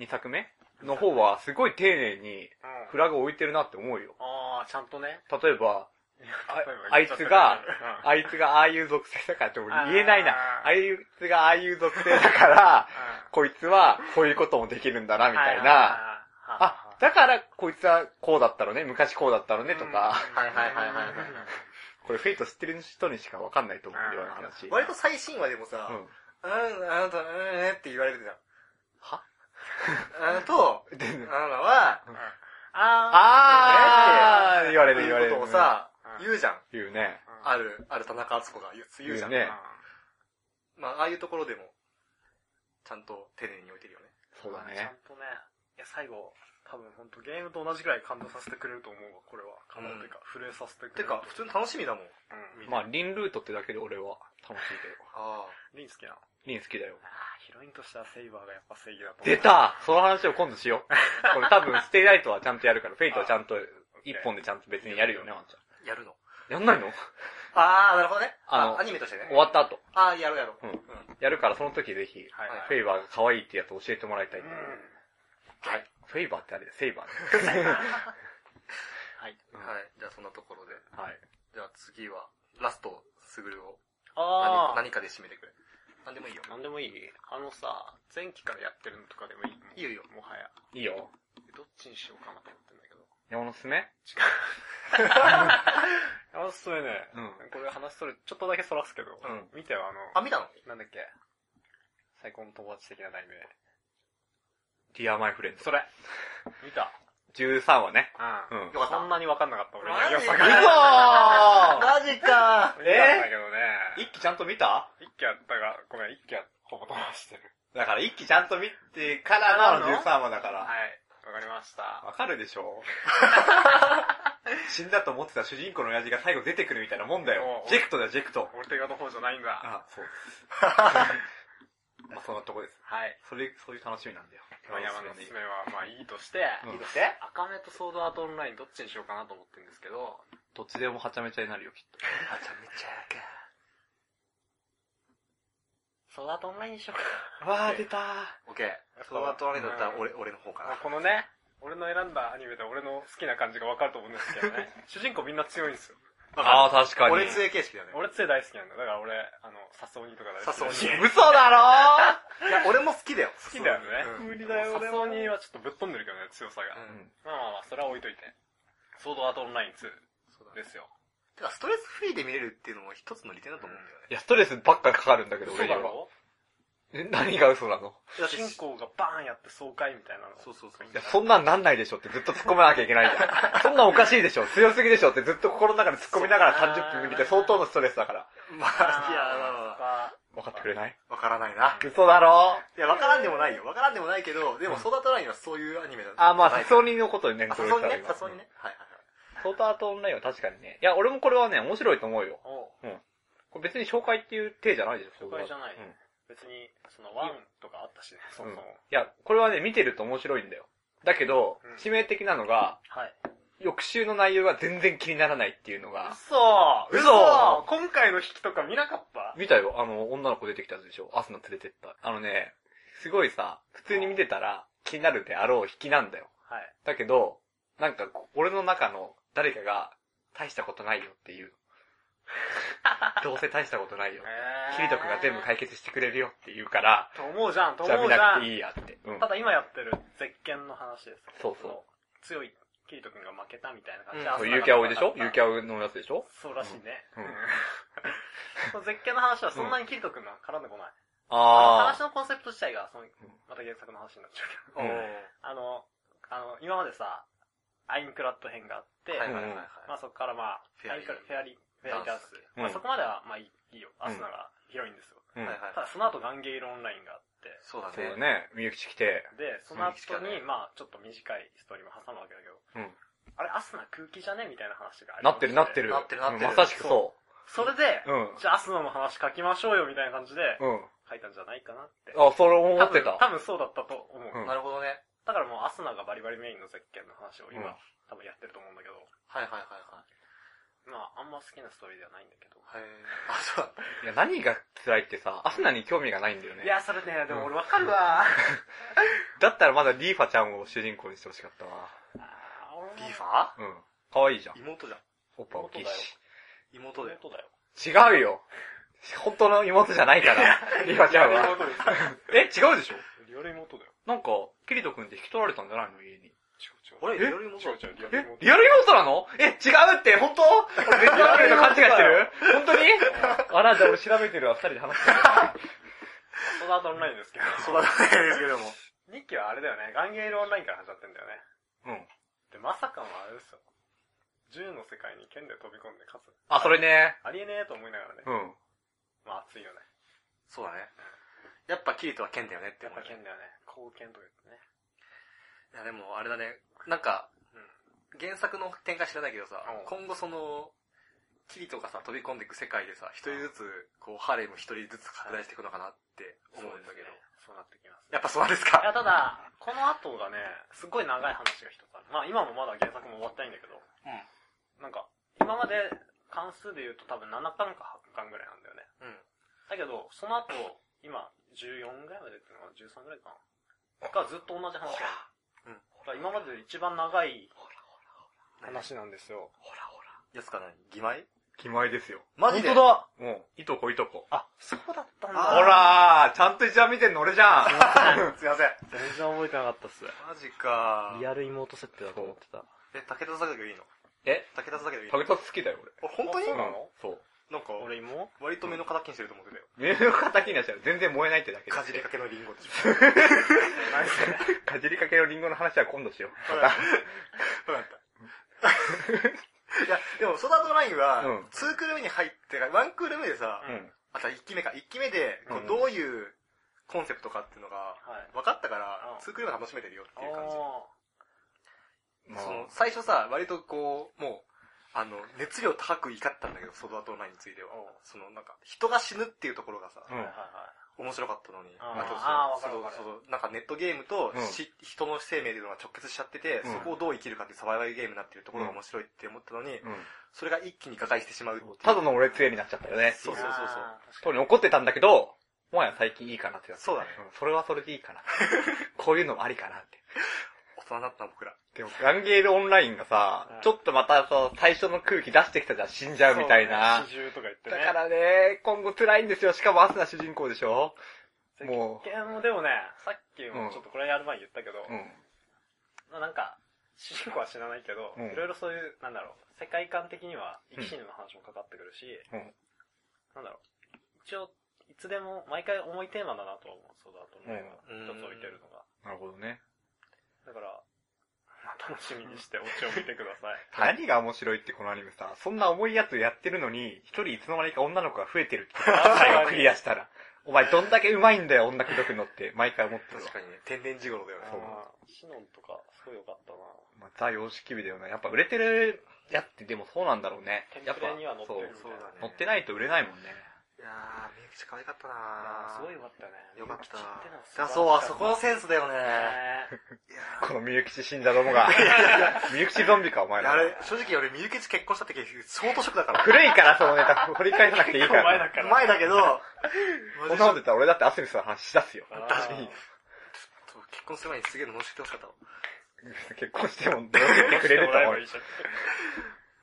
[SPEAKER 4] ?2 作目の方は、すごい丁寧に
[SPEAKER 5] ん。うん
[SPEAKER 4] フラグ置いてるなって思うよ。
[SPEAKER 5] ああ、ちゃんとね。
[SPEAKER 4] 例えば、ああ
[SPEAKER 5] 例えば言
[SPEAKER 4] い
[SPEAKER 5] っちゃっ
[SPEAKER 4] つ
[SPEAKER 5] た
[SPEAKER 4] が
[SPEAKER 5] けど、うん
[SPEAKER 4] あいつがああいう属性だからって俺言えないな。
[SPEAKER 5] あー
[SPEAKER 4] あいつがああいう属性だから、こいつはこういうこともできるんだな、みたいな。。あ、だからこいつはこうだったのね、昔こうだったのね、とか。
[SPEAKER 3] はいはいはいはいはい
[SPEAKER 4] これフェイト知ってる人にしかわかんないと思うような話。
[SPEAKER 3] 割と最新話でもさ、
[SPEAKER 4] うん。
[SPEAKER 3] うん、あなた、うん、えって言われるじゃん。
[SPEAKER 4] は
[SPEAKER 3] あなたと、
[SPEAKER 4] で
[SPEAKER 3] あなたは、
[SPEAKER 5] あ
[SPEAKER 4] あー言われる
[SPEAKER 3] い
[SPEAKER 4] 言われ
[SPEAKER 3] う
[SPEAKER 4] る。
[SPEAKER 3] ことをさ
[SPEAKER 5] う、ん
[SPEAKER 3] 言うじゃん。
[SPEAKER 4] 言うね。
[SPEAKER 5] あ
[SPEAKER 3] ある、ある田中敦子が言う言うじゃん。
[SPEAKER 4] 言うね
[SPEAKER 3] まあ、ああいうところでも、ちゃんと丁寧に置いてるよね。
[SPEAKER 4] そうだ
[SPEAKER 5] ちゃ
[SPEAKER 4] ね
[SPEAKER 5] ん。とね。いや、最後、多分本当ゲームと同じくらい感動させてくれると思うわ、これは。感動というか、震えさせてく
[SPEAKER 3] て
[SPEAKER 5] れる。
[SPEAKER 3] か、普通に楽しみだもん。
[SPEAKER 5] うん。
[SPEAKER 4] まあ、リンルートってだけで俺は楽しいけど。
[SPEAKER 3] ああ。
[SPEAKER 5] リン好きなの。
[SPEAKER 4] リン好きだよ。
[SPEAKER 5] あーヒロインとしてはセイバーがやっぱ正義だと思う。
[SPEAKER 4] 出たその話を今度しよう。これ多分、ステイライトはちゃんとやる から、フェイトはちゃんと、一本でちゃんと別にやるよね、ワンち
[SPEAKER 3] やるの
[SPEAKER 4] ゃん。やんないの
[SPEAKER 3] ああ、なるほどね。
[SPEAKER 4] あの
[SPEAKER 3] あアニメとしてね
[SPEAKER 4] 終。わった後。
[SPEAKER 3] ああ、やろうやろう。
[SPEAKER 4] うん
[SPEAKER 3] うん。
[SPEAKER 4] やるから、その時ぜひ、
[SPEAKER 5] はい。
[SPEAKER 4] フェイバーが可愛いってやつ教えてもらいたい。
[SPEAKER 5] うん
[SPEAKER 3] はい。
[SPEAKER 4] フェイバーってあれだよ、セイバーね。
[SPEAKER 5] はい。
[SPEAKER 3] はい。じゃあ、そんなところで。
[SPEAKER 4] はい。
[SPEAKER 3] じゃあ次は、ラスト、スグルを何
[SPEAKER 5] あ
[SPEAKER 3] か
[SPEAKER 5] あ。
[SPEAKER 3] 何かで締めてくれ。何でもいいよ。
[SPEAKER 5] なんでもいいあのさ、前期からやってるのとかでもいい
[SPEAKER 3] いいよいいよ。
[SPEAKER 5] もはや。
[SPEAKER 4] いいよ。
[SPEAKER 5] どっちにしようかなと思ってんだけど。
[SPEAKER 4] 山のすすめ
[SPEAKER 5] あ、そうやね。
[SPEAKER 4] うん
[SPEAKER 5] これ話それ、ちょっとだけそらすけど。
[SPEAKER 3] うん
[SPEAKER 5] 見てよ、あ
[SPEAKER 3] あ、
[SPEAKER 5] の、
[SPEAKER 3] 見たの
[SPEAKER 5] なんだっけ。最高の友達的な題名。
[SPEAKER 4] ディアマイフレンド。
[SPEAKER 5] それ。見た。
[SPEAKER 4] 13話ね。
[SPEAKER 5] う。
[SPEAKER 4] うんん。
[SPEAKER 3] よかった。
[SPEAKER 5] そんなにわかんなかった、俺。
[SPEAKER 3] マジ
[SPEAKER 5] 良さ
[SPEAKER 4] う
[SPEAKER 5] が。
[SPEAKER 4] わ ー
[SPEAKER 3] マジか
[SPEAKER 5] 見たんだけどね。
[SPEAKER 4] 一期ちゃんと見た
[SPEAKER 5] 一気あったが、ごめん、一気はほぼ飛ばしてる。
[SPEAKER 4] だから一期ちゃんと見てからの13話だ
[SPEAKER 5] はい
[SPEAKER 4] から。。
[SPEAKER 5] わかりました。
[SPEAKER 4] わかるでし ょ死んだと思ってた主人公の親父が最後出てくるみたいなもんだよ
[SPEAKER 5] お。う
[SPEAKER 4] ジェクトだよ、ジェクト。
[SPEAKER 5] 俺手がの方じゃないんだ。
[SPEAKER 4] あ、 そうです。まあそんなとこです。
[SPEAKER 5] はい。
[SPEAKER 4] それ、そういう楽しみなんだよ。
[SPEAKER 5] まあ山のおすすめは、まあいいとして、
[SPEAKER 4] うん
[SPEAKER 5] いいとして、赤目とソードアートオンラインどっちにしようかなと思ってるんですけど、
[SPEAKER 4] どっちでもはちゃめちゃになるよ、きっ
[SPEAKER 3] あちゃめちゃか。
[SPEAKER 5] ソードアートオンラインにしようか
[SPEAKER 4] と。わー、出たー。
[SPEAKER 3] オッケー。その後あれだったら俺、俺の方かな。
[SPEAKER 5] まあこの ね、俺の選んだアニメで俺の好きな感じがわかると思うんですけどね。主人公みんな強いんですよ。
[SPEAKER 4] ああ、確かに。
[SPEAKER 3] 俺杖形式だよね。
[SPEAKER 5] 俺杖大好きなんだよ。だから俺、あの、サソニとか大好きだ
[SPEAKER 3] サソニ
[SPEAKER 4] 嘘だろ
[SPEAKER 3] いや、俺も好きだよ。好
[SPEAKER 5] 好きだよね。
[SPEAKER 3] うん、
[SPEAKER 5] サソニはちょっとぶっ飛んでるけどね、強さが。
[SPEAKER 3] うん
[SPEAKER 5] まあまあまあ、それは置いといて。ソードアートオンライン2
[SPEAKER 3] そうだ
[SPEAKER 5] で
[SPEAKER 3] ね。
[SPEAKER 5] すよ。
[SPEAKER 3] てか、ストレスフリーで見れるっていうのも一つの利点だと思うんだよね。
[SPEAKER 4] いや、ストレスばっかかかるんだけど、
[SPEAKER 5] 嘘
[SPEAKER 4] 俺
[SPEAKER 5] だ
[SPEAKER 4] には。
[SPEAKER 5] ろ
[SPEAKER 4] え何が嘘なの
[SPEAKER 3] だって
[SPEAKER 5] 主人公がバーンやって爽快みたいなの。
[SPEAKER 3] そうそうそう
[SPEAKER 4] いや、そんなんなんないでしょってずっと突っ込まなきゃいけないじ ゃん。そんなんおかしいでしょ強すぎでしょってずっと心の中で突っ込みながら30分見てて相当のストレスだから。
[SPEAKER 3] ま
[SPEAKER 5] あ
[SPEAKER 3] あ、
[SPEAKER 5] ー
[SPEAKER 3] いや、まあまあ
[SPEAKER 4] 分かってくれない
[SPEAKER 3] わからないな。
[SPEAKER 4] 嘘だろ
[SPEAKER 3] いや、わからんでもないよ。わからんでもないけど、でも、ソーダアートラインはそういうアニメだ
[SPEAKER 4] あ、まあ、
[SPEAKER 3] ない
[SPEAKER 4] サソニのことにね、
[SPEAKER 3] あ、
[SPEAKER 4] そ
[SPEAKER 3] 誘
[SPEAKER 4] れ
[SPEAKER 3] い
[SPEAKER 4] 言ったら
[SPEAKER 3] ね。
[SPEAKER 4] 今
[SPEAKER 3] 誘いね。はいはいはい。
[SPEAKER 4] ソードアートオンラインは確かにね。いや、俺もこれはね、面白いと思うよ。
[SPEAKER 5] おう
[SPEAKER 4] これ別に紹介っていう体じゃないでしょ
[SPEAKER 5] 紹介じゃない
[SPEAKER 4] うんい
[SPEAKER 5] 別に、その、ワンとかあったしね、そもそも。
[SPEAKER 4] や、これはね、見てると面白いんだよ。だけど
[SPEAKER 5] うん、
[SPEAKER 4] 致命的なのが、
[SPEAKER 5] はい。
[SPEAKER 4] 翌週の内容が全然気にならないっていうのが、
[SPEAKER 5] 嘘
[SPEAKER 4] 嘘
[SPEAKER 5] 今回の引きとか見なかった
[SPEAKER 4] 見たよ、あの、女の子出てきたやつでしょ。アスナ連れてった。あのね、すごいさ、普通に見てたら気になるであろう引きなんだよ。
[SPEAKER 5] はい。
[SPEAKER 4] だけど、なんか、俺の中の誰かが、大したことないよっていう。どうせ大したことないよ。キリト君が全部解決してくれるよって言うから、
[SPEAKER 5] と思うじゃん、と
[SPEAKER 4] じゃあ
[SPEAKER 5] 思
[SPEAKER 4] 見
[SPEAKER 5] うじゃ
[SPEAKER 4] なく
[SPEAKER 5] ん
[SPEAKER 4] て。いいやって。うん
[SPEAKER 5] た。だ今やってる絶剣の話です。
[SPEAKER 4] そうそう
[SPEAKER 5] 強いキリト君が負けたみたいな感じ
[SPEAKER 3] うん
[SPEAKER 4] そう、ゆうきゃおいでしょゆうき
[SPEAKER 5] ゃ
[SPEAKER 4] ゃおいのやつでしょ
[SPEAKER 5] そうらしいね。
[SPEAKER 4] う
[SPEAKER 5] うんんその 絶剣の話はそんなにキリト君が絡んでこない。
[SPEAKER 4] あ
[SPEAKER 5] 話のコンセプト自体が、その、また原作の話になっちゃうけど。
[SPEAKER 4] うん
[SPEAKER 3] おー
[SPEAKER 5] あの、あの、今までさ、アインクラット編があって、
[SPEAKER 3] はいはいはいはい。
[SPEAKER 5] まあそこからまあ、
[SPEAKER 3] フェアリー
[SPEAKER 5] アインクラフェアリー、フェアリーダンス。
[SPEAKER 4] うん
[SPEAKER 5] まあそこまではまあいいいいよ。アスナがヒロインですよ。
[SPEAKER 4] あ。うん
[SPEAKER 3] はいはい
[SPEAKER 5] ただその後ガンゲイルオンラインがあって、
[SPEAKER 3] そうだね。
[SPEAKER 4] そうだね。みゆきち来て。
[SPEAKER 5] で、その
[SPEAKER 3] 雰
[SPEAKER 5] 後
[SPEAKER 3] 囲気しかね
[SPEAKER 5] に、まあちょっと短いストーリーも挟むわけだけど、
[SPEAKER 4] うん。
[SPEAKER 5] あれ、アスナ空気じゃねみたいな話があり
[SPEAKER 4] な
[SPEAKER 5] ま
[SPEAKER 4] っ
[SPEAKER 5] して
[SPEAKER 4] るなってる。
[SPEAKER 3] なってるなってる
[SPEAKER 4] うんまさしくそ
[SPEAKER 5] それで
[SPEAKER 4] う。、うん。
[SPEAKER 5] じゃあアスナの話書きましょうよみたいな感じで、
[SPEAKER 4] うん。
[SPEAKER 5] 書いたんじゃないかなって。
[SPEAKER 4] あ、それ思
[SPEAKER 5] 多
[SPEAKER 4] って
[SPEAKER 5] 分、
[SPEAKER 4] た。
[SPEAKER 5] 多分そうだったと思う。
[SPEAKER 4] うん
[SPEAKER 3] なるほどね。
[SPEAKER 5] だからもうアスナがバリバリメインの絶景の話を今、
[SPEAKER 4] うん
[SPEAKER 5] 多分やってると思うんだけど、
[SPEAKER 3] はいはいはい
[SPEAKER 5] まああんま好きなストーリーではないんだけど。
[SPEAKER 3] はい。へーあ、そうだ。
[SPEAKER 4] いや、何が辛いってさ、アスナに興味がないんだよね。
[SPEAKER 5] いや、それね、でも俺わかるわ。あ
[SPEAKER 4] だったらまだリーファちゃんを主人公にしてほしかったわ。
[SPEAKER 5] ー俺も
[SPEAKER 3] リーファ
[SPEAKER 4] うん。可愛いじゃん。
[SPEAKER 3] 妹じゃん。
[SPEAKER 4] おっぱ大きいし。
[SPEAKER 3] 妹だよ。
[SPEAKER 5] 妹だよ。
[SPEAKER 4] 違うよ。本当の妹じゃないから、リーファちゃんは。
[SPEAKER 5] 妹です。
[SPEAKER 4] え、違うでしょ
[SPEAKER 5] リアル妹だよ。
[SPEAKER 4] なんか、キリト君って引き取られたんじゃないの家に。
[SPEAKER 5] 違
[SPEAKER 3] あれ
[SPEAKER 5] 違う。
[SPEAKER 3] リアル妹だ
[SPEAKER 5] 違う違う、リアル
[SPEAKER 4] え
[SPEAKER 5] 妹。、
[SPEAKER 4] リアル妹なのえ、違うって、本当俺別のアニメと勘違いしてる本当にあら、じゃあ俺調べてるわ、二人で話してる。
[SPEAKER 5] その後オンラインですけど。
[SPEAKER 3] そうだね、 ですけども。
[SPEAKER 5] ニッキーはあれだよね、ガンゲールオンラインから始まってんだよね。
[SPEAKER 4] うん。
[SPEAKER 5] で、まさかのあれですよ。銃の世界に剣で飛び込んで勝つ。
[SPEAKER 4] あ、それね。
[SPEAKER 5] ありえねえと思いながらね。
[SPEAKER 4] うん。
[SPEAKER 5] まあ熱いよね。
[SPEAKER 3] そうだね。やっぱキリトは剣だよねって
[SPEAKER 5] やっ
[SPEAKER 3] 思う
[SPEAKER 5] ぱ
[SPEAKER 3] よね。
[SPEAKER 5] 剣だよね。貢献とか言ってね。
[SPEAKER 3] いや、でもあれだね。なんか、原作の展開知らないけどさ
[SPEAKER 5] うん、
[SPEAKER 3] 今後その、キリトがさ、飛び込んでいく世界でさ、一人ずつ、こう、ハーレム一人ずつ拡大していくのかなって思うんだけど。
[SPEAKER 5] そうなってきます。
[SPEAKER 3] やっぱそうです
[SPEAKER 5] いや、
[SPEAKER 3] か。
[SPEAKER 5] ただ、この後がね、すごい長い話が一つある。まあ今もまだ原作も終わってないんだけど、
[SPEAKER 3] うん。
[SPEAKER 5] なんか、今まで関数で言うと多分7巻か8巻ぐらいなんだよね。
[SPEAKER 3] うん。
[SPEAKER 5] だけど、その後、今、14ぐらいまでっていうのは13ぐらいかな。がずっと同じ話なの。
[SPEAKER 3] うん
[SPEAKER 5] だから今までで一番長い話なんですよ。
[SPEAKER 3] ほらほら。やつかな義妹
[SPEAKER 4] 気前ですよ。
[SPEAKER 3] マジで
[SPEAKER 4] 本当だうん。いとこいとこ。
[SPEAKER 5] あ、そうだったんだ。
[SPEAKER 4] ほらー、ちゃんと一番見てんの俺じゃん。
[SPEAKER 3] すいません。
[SPEAKER 5] 全然覚えてなかったっす。
[SPEAKER 3] マジか
[SPEAKER 5] リアル妹設定だと思ってた。
[SPEAKER 3] え、武田酒井いいの
[SPEAKER 4] え
[SPEAKER 3] 武田酒井いいの
[SPEAKER 4] 竹田好きだよ、
[SPEAKER 3] あ本当に
[SPEAKER 5] そう
[SPEAKER 4] 俺。
[SPEAKER 5] な
[SPEAKER 4] うん
[SPEAKER 5] の
[SPEAKER 4] そう。
[SPEAKER 3] なんか、
[SPEAKER 5] 俺も
[SPEAKER 3] 割と目の敵にしてると思ってたよ。
[SPEAKER 4] 目の敵になっちゃう。全然燃えないってだけ
[SPEAKER 3] かじりかけのリンゴでしょ。
[SPEAKER 4] かじりかけのリンゴの話は今度しよ
[SPEAKER 3] わかった。わかった。いや、でも、ソダートラインは
[SPEAKER 4] うん、
[SPEAKER 3] 2クール目に入ってから、1クール目でさ
[SPEAKER 4] う。、うん。
[SPEAKER 3] あと1期目か、1期目で、こ
[SPEAKER 4] うん
[SPEAKER 3] う、どういうコンセプトかっていうのが、
[SPEAKER 5] はい。
[SPEAKER 3] 分かったか
[SPEAKER 5] う
[SPEAKER 3] ら
[SPEAKER 5] ん、
[SPEAKER 3] 2クール目が楽しめてるよっていう感じ。
[SPEAKER 5] お
[SPEAKER 4] ま
[SPEAKER 3] その
[SPEAKER 4] あ、、
[SPEAKER 3] 最初さ、割とこう、もう、あの、熱量高く怒ったんだけど、ソダートラインについては。
[SPEAKER 5] うん
[SPEAKER 3] その、なんか、人が死ぬっていうところがさ、
[SPEAKER 4] う
[SPEAKER 5] ーはい
[SPEAKER 4] ん
[SPEAKER 5] はい。はい。
[SPEAKER 3] 面白かったのに。
[SPEAKER 5] あー
[SPEAKER 3] と
[SPEAKER 5] あーわ
[SPEAKER 3] そ
[SPEAKER 5] かる
[SPEAKER 3] の
[SPEAKER 5] わか
[SPEAKER 3] そ
[SPEAKER 5] る
[SPEAKER 3] のなんかネットゲームと
[SPEAKER 4] うん
[SPEAKER 3] し、人の生命というのが直結しちゃってて、
[SPEAKER 4] うん
[SPEAKER 3] そこをどう生きるかっていうサバイバルゲームになってるところが面白いって思ったのに、
[SPEAKER 4] うん。
[SPEAKER 3] それが一気に瓦解してしまうっていう。
[SPEAKER 4] ただの俺杖になっちゃったよね。
[SPEAKER 3] そうそうそうそう
[SPEAKER 5] あー確か
[SPEAKER 4] 当に怒ってたんだけど、もはや最近いいかなってやつ。
[SPEAKER 3] そうだね。
[SPEAKER 4] うんそれはそれでいいかな。こういうのもありかなって。
[SPEAKER 3] 大大人になった僕ら。
[SPEAKER 4] でも、ガンゲールオンラインがさ
[SPEAKER 3] うん、
[SPEAKER 4] ちょっとまたその最初の空気出してきたじゃん、死んじゃうみたいな。
[SPEAKER 5] そうね四十とか言って
[SPEAKER 4] だ
[SPEAKER 5] ね。
[SPEAKER 4] からね、今後辛いんですよ。しかもアスナ主人公でしょも
[SPEAKER 5] いや、もうでもね、さっきもちょっとこれやる前に言ったけど、
[SPEAKER 4] う。う
[SPEAKER 5] まあ
[SPEAKER 4] ん。
[SPEAKER 5] なんか、主人公は死なないけど、
[SPEAKER 4] うん
[SPEAKER 5] いろいろそういう、なんだろう、世界観的には、生き死ぬの話もかかってくるし、
[SPEAKER 4] うん
[SPEAKER 5] なんだろう、一応、いつでも、毎回重いテーマだなとは思う、そうだと思うよ
[SPEAKER 3] うん
[SPEAKER 5] 一つ置いてるのが。
[SPEAKER 4] なるほどね。
[SPEAKER 5] だから、まあ楽しみにして、オチを見てください。
[SPEAKER 4] 何が面白いってこのアニメさ、そんな重いやつやってるのに、一人いつの間にか女の子が増えてるってこと
[SPEAKER 5] あ
[SPEAKER 4] 最後クリアしたら。お前どんだけ上手いんだよ、女口説くのって、毎回思ってるわ
[SPEAKER 3] 確。かにね、天然地頃だよね。
[SPEAKER 4] そう
[SPEAKER 5] あーシノンとか、すごい良かったな
[SPEAKER 4] まあ、ザ様式美だよな。やっぱ売れてるやつってでもそうなんだろうね。
[SPEAKER 5] テン
[SPEAKER 4] やっ
[SPEAKER 5] プ
[SPEAKER 4] ぱ
[SPEAKER 5] レには載ってるみ
[SPEAKER 4] そう
[SPEAKER 5] たいな。
[SPEAKER 4] 乗ってないと売れないもんね。
[SPEAKER 3] いやー、みゆきちゃん可愛かった
[SPEAKER 5] あ
[SPEAKER 3] な
[SPEAKER 5] ーすごい良かったよね。
[SPEAKER 3] よかった
[SPEAKER 5] ミユキっての
[SPEAKER 3] あ
[SPEAKER 5] は素晴らしかった
[SPEAKER 3] そう、あそこのセンスだよね。
[SPEAKER 5] ね
[SPEAKER 4] このみゆきち死んだど もが。みゆきちゾンビか、お前
[SPEAKER 3] いや
[SPEAKER 4] ら
[SPEAKER 3] あ。れ、正直俺、みゆきち結婚した時、相当ショックだから。
[SPEAKER 4] 古いから、そのネタ、掘り返さなくていいか
[SPEAKER 5] 前だ
[SPEAKER 4] ら。
[SPEAKER 5] から。
[SPEAKER 3] 前だけど、
[SPEAKER 4] こ
[SPEAKER 3] マジで
[SPEAKER 4] んなこと言ったら俺だってアスミスの話し出すよ。
[SPEAKER 5] あー
[SPEAKER 3] 確かに。ちょっと結婚する前にすげえの乗せてほしかったわ。
[SPEAKER 4] 結婚しても、どう言ってくれると思う。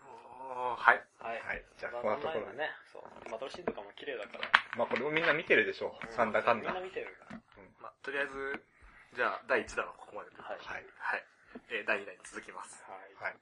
[SPEAKER 3] おーはい。
[SPEAKER 5] はい。
[SPEAKER 4] はいじゃあこんなところで
[SPEAKER 5] ね。そう。マトルシーンとかも綺麗だから。
[SPEAKER 4] まあこれもみんな見てるでしょ。なんだかんだ。
[SPEAKER 5] みん
[SPEAKER 4] は
[SPEAKER 5] な見てるから。
[SPEAKER 3] まあ、とりあえず、じゃあ、第1弾はここまで。
[SPEAKER 5] はい。
[SPEAKER 4] い。
[SPEAKER 3] はい。えー第2弾に続きます。
[SPEAKER 5] はい。
[SPEAKER 4] はい。